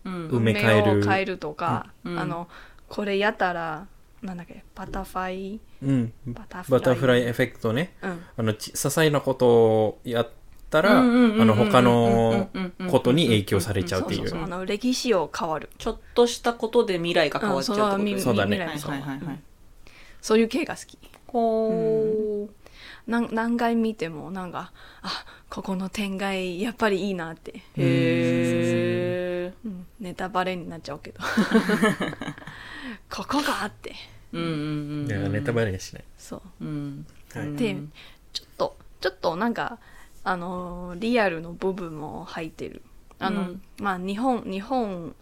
[SPEAKER 2] うんうん
[SPEAKER 4] 運
[SPEAKER 3] 運
[SPEAKER 4] 命
[SPEAKER 3] 命
[SPEAKER 4] 変える
[SPEAKER 3] を変えるとか、
[SPEAKER 2] うん
[SPEAKER 3] あのこれやったらなんだっけバタファイ
[SPEAKER 4] うん。
[SPEAKER 3] バタフラ
[SPEAKER 4] バ
[SPEAKER 3] イ
[SPEAKER 4] タフライエフェクトね。
[SPEAKER 3] うん
[SPEAKER 4] あの、ち些細なことをやったら、あ
[SPEAKER 2] うんうんうんうん
[SPEAKER 4] の、他の
[SPEAKER 2] うんうんうんうん
[SPEAKER 4] ことに影響されちゃ
[SPEAKER 3] そうう
[SPEAKER 4] ってい
[SPEAKER 3] そう
[SPEAKER 4] う
[SPEAKER 3] そう。あの歴史を変わる
[SPEAKER 2] ちょっとしたことで未来が変わっちゃうってこと
[SPEAKER 3] うん
[SPEAKER 2] です
[SPEAKER 4] そうだね
[SPEAKER 2] はい
[SPEAKER 3] 未来
[SPEAKER 2] はいはいはい
[SPEAKER 3] そういう系が好き
[SPEAKER 2] ほ
[SPEAKER 3] なん何回見てもなんかあここの展開やっぱりいいなって
[SPEAKER 2] ーへえ
[SPEAKER 3] うんネタバレになっちゃ
[SPEAKER 2] [laughs]
[SPEAKER 3] うけどここがあって
[SPEAKER 2] うんうんうん
[SPEAKER 4] いやネタバレにはしない。
[SPEAKER 3] そう
[SPEAKER 2] うん
[SPEAKER 4] はい
[SPEAKER 2] うん
[SPEAKER 3] でちょっとちょっとなんかあのーリアルの部分も入ってるあの、
[SPEAKER 2] うん
[SPEAKER 3] まあ日本日本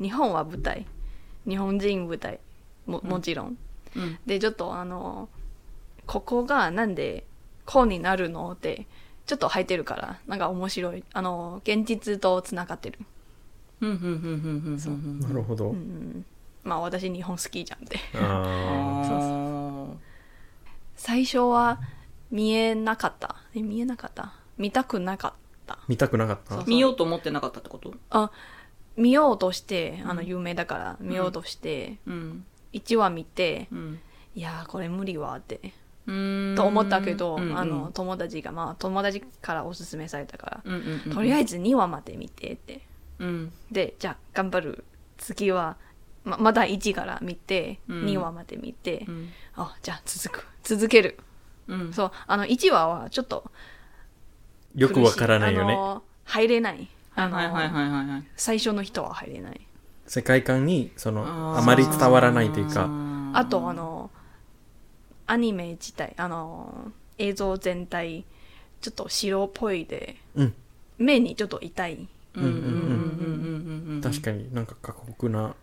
[SPEAKER 3] 日本は舞台日本人舞台ももちろん、
[SPEAKER 2] うん
[SPEAKER 3] でちょっとあのーここがなんでこうになるのってちょっと入ってるからなんか面白いあのー現実とつながってる
[SPEAKER 2] うんうんうんうんうんうん
[SPEAKER 4] なるほど。
[SPEAKER 3] まあ私日本好きじゃんって
[SPEAKER 4] あ
[SPEAKER 2] あ
[SPEAKER 3] そうそ
[SPEAKER 2] ー
[SPEAKER 3] 最初は見えなかったえ見えなかった見たくなかった
[SPEAKER 4] ー見たくなかった
[SPEAKER 3] そう
[SPEAKER 2] 見ようと思ってなかったってこと
[SPEAKER 3] あ見ようとしてあの有名だから見ようとして、
[SPEAKER 2] うん
[SPEAKER 3] 一1話見て
[SPEAKER 2] うん
[SPEAKER 3] いやーこれ無理わーって
[SPEAKER 2] うん
[SPEAKER 3] と思ったけど、
[SPEAKER 2] うんうん
[SPEAKER 3] あの友達がまあ友達からおすすめされたから、
[SPEAKER 2] うんうんうん
[SPEAKER 3] とりあえず2話まで見てって
[SPEAKER 2] うん
[SPEAKER 3] でじゃあ頑張る次はままだ1から見て、
[SPEAKER 2] うん
[SPEAKER 3] 2話まで見て、
[SPEAKER 2] うん
[SPEAKER 3] あじゃあ続く続ける
[SPEAKER 2] うん
[SPEAKER 3] そうあの1話はちょっと
[SPEAKER 4] よくわからないよ
[SPEAKER 3] 苦し
[SPEAKER 4] ね
[SPEAKER 3] あ。の入れない。あの
[SPEAKER 2] はいはいはいはいはい
[SPEAKER 3] 最初の人は入れない。
[SPEAKER 4] 世界観に、その、
[SPEAKER 2] あー
[SPEAKER 4] あまり伝わらないという
[SPEAKER 2] う
[SPEAKER 4] か、
[SPEAKER 2] ん
[SPEAKER 3] あと、あの、アニメ自体、あの、映像全体、ちょっと白っぽいで、
[SPEAKER 4] うん
[SPEAKER 3] 目にちょっと痛い。
[SPEAKER 2] うんうんうんうんうんうん
[SPEAKER 4] 確かになんか過酷な、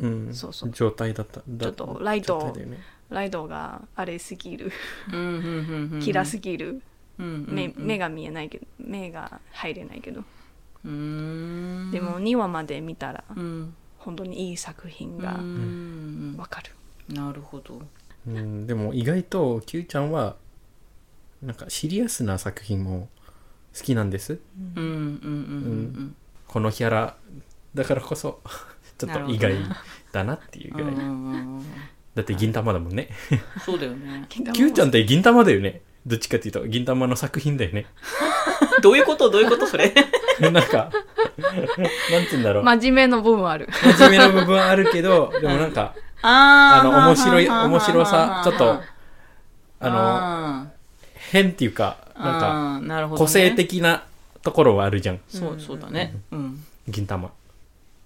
[SPEAKER 4] うん、
[SPEAKER 3] そうそう
[SPEAKER 4] 状態だった。
[SPEAKER 3] ち
[SPEAKER 4] だ
[SPEAKER 3] ょっとライト
[SPEAKER 4] 状態だよね
[SPEAKER 3] ライドがあれすぎる。
[SPEAKER 2] うんうんうんうん
[SPEAKER 3] キラすぎる。
[SPEAKER 2] うんうんうん
[SPEAKER 3] 目目が見えないけど、目が入れないけど。
[SPEAKER 2] うーん
[SPEAKER 3] でも2話まで見たら、
[SPEAKER 2] うん
[SPEAKER 3] 本当にいい作品
[SPEAKER 2] う
[SPEAKER 3] が
[SPEAKER 2] ん
[SPEAKER 3] わかる。
[SPEAKER 2] なるほど
[SPEAKER 4] うん、でも意外と Q ちゃんはなんかシリアスな作品も好きなんです
[SPEAKER 2] うんうんうん
[SPEAKER 4] このキャラだからこそ [laughs] ちょっ
[SPEAKER 2] なるほ
[SPEAKER 4] と
[SPEAKER 2] ど
[SPEAKER 4] 意外だなっていう
[SPEAKER 2] うんう
[SPEAKER 4] ぐらい
[SPEAKER 2] んうんうん
[SPEAKER 4] だって銀玉だもんね
[SPEAKER 2] そうだよね
[SPEAKER 4] Q ちゃんって銀玉だよねどっちかっていうと銀玉の作品だよね [laughs]
[SPEAKER 2] どういうことどういうことそれ
[SPEAKER 4] なんかなんて言うんだろう、
[SPEAKER 3] 真面目の部
[SPEAKER 2] [laughs]
[SPEAKER 3] 分ある。
[SPEAKER 4] 真面目な部分あるけどでもなんか
[SPEAKER 2] あ
[SPEAKER 4] [laughs] あの面白い面白さちょっとあの
[SPEAKER 2] あ
[SPEAKER 4] 変っていうか
[SPEAKER 2] ー
[SPEAKER 4] なんか
[SPEAKER 2] あーなるほどね
[SPEAKER 4] 個性的なところはあるじゃん
[SPEAKER 2] そうそうだねうん
[SPEAKER 4] 銀玉っ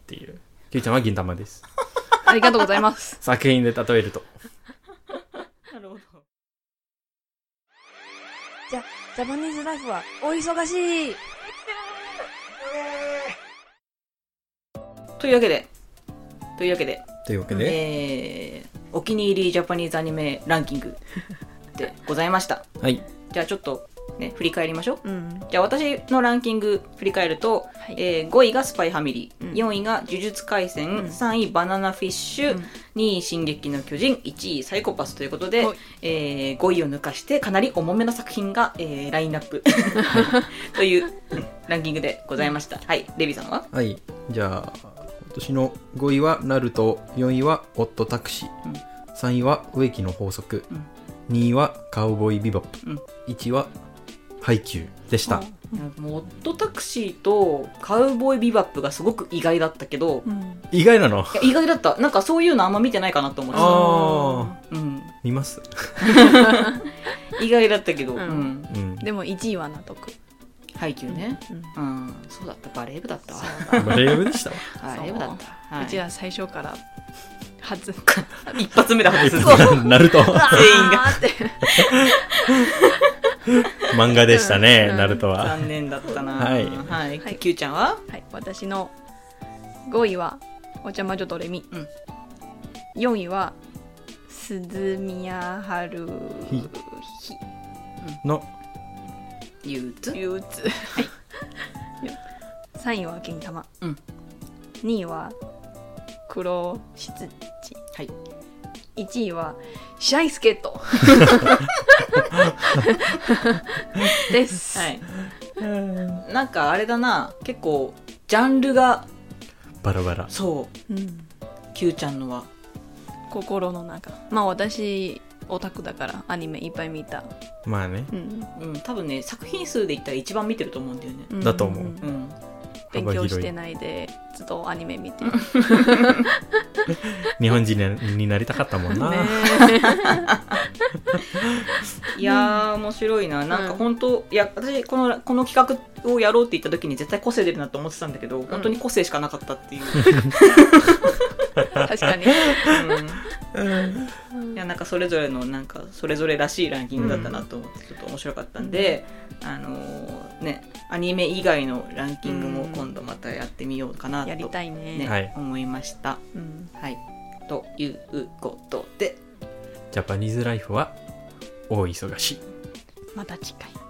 [SPEAKER 4] ていうキュウちゃんは銀玉です
[SPEAKER 3] ありがとうございます。
[SPEAKER 4] 作品で例えると
[SPEAKER 2] なるほど
[SPEAKER 5] じゃ、ジャパニーズライフは大忙しい
[SPEAKER 2] というわけでというわけで
[SPEAKER 4] というわけで、
[SPEAKER 2] えーお気に入りジャパニーズアニメランキングでございました [laughs]
[SPEAKER 4] はい
[SPEAKER 2] じゃあちょっとね振り返りましょう
[SPEAKER 3] うん。
[SPEAKER 2] じゃあ私のランキング振り返ると、
[SPEAKER 3] はい
[SPEAKER 2] えー5位が「スパイファミリー」
[SPEAKER 3] うん
[SPEAKER 2] 4位が「呪術廻戦」
[SPEAKER 3] うん
[SPEAKER 2] 3位「バナナフィッシュ」
[SPEAKER 3] うん
[SPEAKER 2] 2位「進撃の巨人」1位「サイコパス」ということで
[SPEAKER 3] はい、
[SPEAKER 2] え5位を抜かしてかなり重めの作品が、えーラインナッ
[SPEAKER 3] [laughs]
[SPEAKER 2] プ [laughs] といううんランキングでございましたはいレビさんは
[SPEAKER 4] はいじゃあ今年の5位はナルト4位はオットタクシー、
[SPEAKER 2] うん
[SPEAKER 4] 3位は植木の法則、
[SPEAKER 2] うん
[SPEAKER 4] 2位はカウボーイビバップ、
[SPEAKER 2] うん
[SPEAKER 4] 1位はハイキューでした
[SPEAKER 2] もうオットタクシーとカウボーイビバップがすごく意外だったけど
[SPEAKER 3] うん。
[SPEAKER 4] 意外なの
[SPEAKER 2] いや意外だったなんかそういうのあんま見てないかなと思ってた
[SPEAKER 4] ああ
[SPEAKER 2] うん、
[SPEAKER 4] 見ます
[SPEAKER 2] 意外だったけど、
[SPEAKER 3] うん
[SPEAKER 2] うん、
[SPEAKER 4] うん
[SPEAKER 3] でも1位は納得。
[SPEAKER 2] 配給ね、
[SPEAKER 3] うん。
[SPEAKER 2] うん、そうだったバレー部だったわ
[SPEAKER 4] レーブでしたわ
[SPEAKER 2] バレー部だった、は
[SPEAKER 3] う
[SPEAKER 2] い、
[SPEAKER 3] ちは最初から初。
[SPEAKER 2] 一発目だからそう
[SPEAKER 4] [laughs] ナルト
[SPEAKER 2] 全員が
[SPEAKER 3] あーって。
[SPEAKER 4] 漫画でしたね、
[SPEAKER 3] うん
[SPEAKER 4] ナルトは
[SPEAKER 2] 残念だったな
[SPEAKER 4] はい
[SPEAKER 2] はい
[SPEAKER 3] はい
[SPEAKER 2] Q ちゃんは
[SPEAKER 3] はい、私の5位は「お邪魔女ドレミ」
[SPEAKER 2] うん
[SPEAKER 3] 4位は「鈴宮春日
[SPEAKER 4] ひの
[SPEAKER 2] 憂鬱
[SPEAKER 3] 憂鬱」3位は「銀玉」
[SPEAKER 2] うん
[SPEAKER 3] 2位は「黒執事」
[SPEAKER 2] はい
[SPEAKER 3] 1位は「シャイスケ
[SPEAKER 2] [laughs]
[SPEAKER 3] ット」です、
[SPEAKER 2] はいなんかあれだな結構ジャンルが
[SPEAKER 4] バラバラ
[SPEAKER 2] そう
[SPEAKER 3] うん、
[SPEAKER 2] Q ちゃんのは
[SPEAKER 3] 心の中まあ私オタクだからアニメいっぱい見た、
[SPEAKER 4] まあね
[SPEAKER 3] うん
[SPEAKER 2] うん多分ね作品数で言ったら一番見てると思うんだよね
[SPEAKER 3] うん
[SPEAKER 4] だと思うん
[SPEAKER 2] うん
[SPEAKER 3] 勉
[SPEAKER 4] 幅
[SPEAKER 3] 強
[SPEAKER 4] 広い
[SPEAKER 3] してないでずっとアニメ見て
[SPEAKER 4] 日本人にになりたかったもんな、
[SPEAKER 2] いやー面白いななんか本当、いや私このこの企画をやろうって言った時に絶対個性出るなと思ってたんだけど、本当に個性しかなかったっていう、
[SPEAKER 3] [laughs] 確かに
[SPEAKER 2] うんいやなんかそれぞれのなんかそれぞれらしいランキングだったなと思ってちょっと面白かったんで、あのーねアニメ以外のランキングも今度またやってみようかなと、
[SPEAKER 3] やりたい
[SPEAKER 2] ね
[SPEAKER 3] ね、
[SPEAKER 4] [laughs] はい
[SPEAKER 2] 思いました。
[SPEAKER 3] うん、
[SPEAKER 2] はいということで
[SPEAKER 4] ジャパニーズライフは大忙しい
[SPEAKER 3] また近い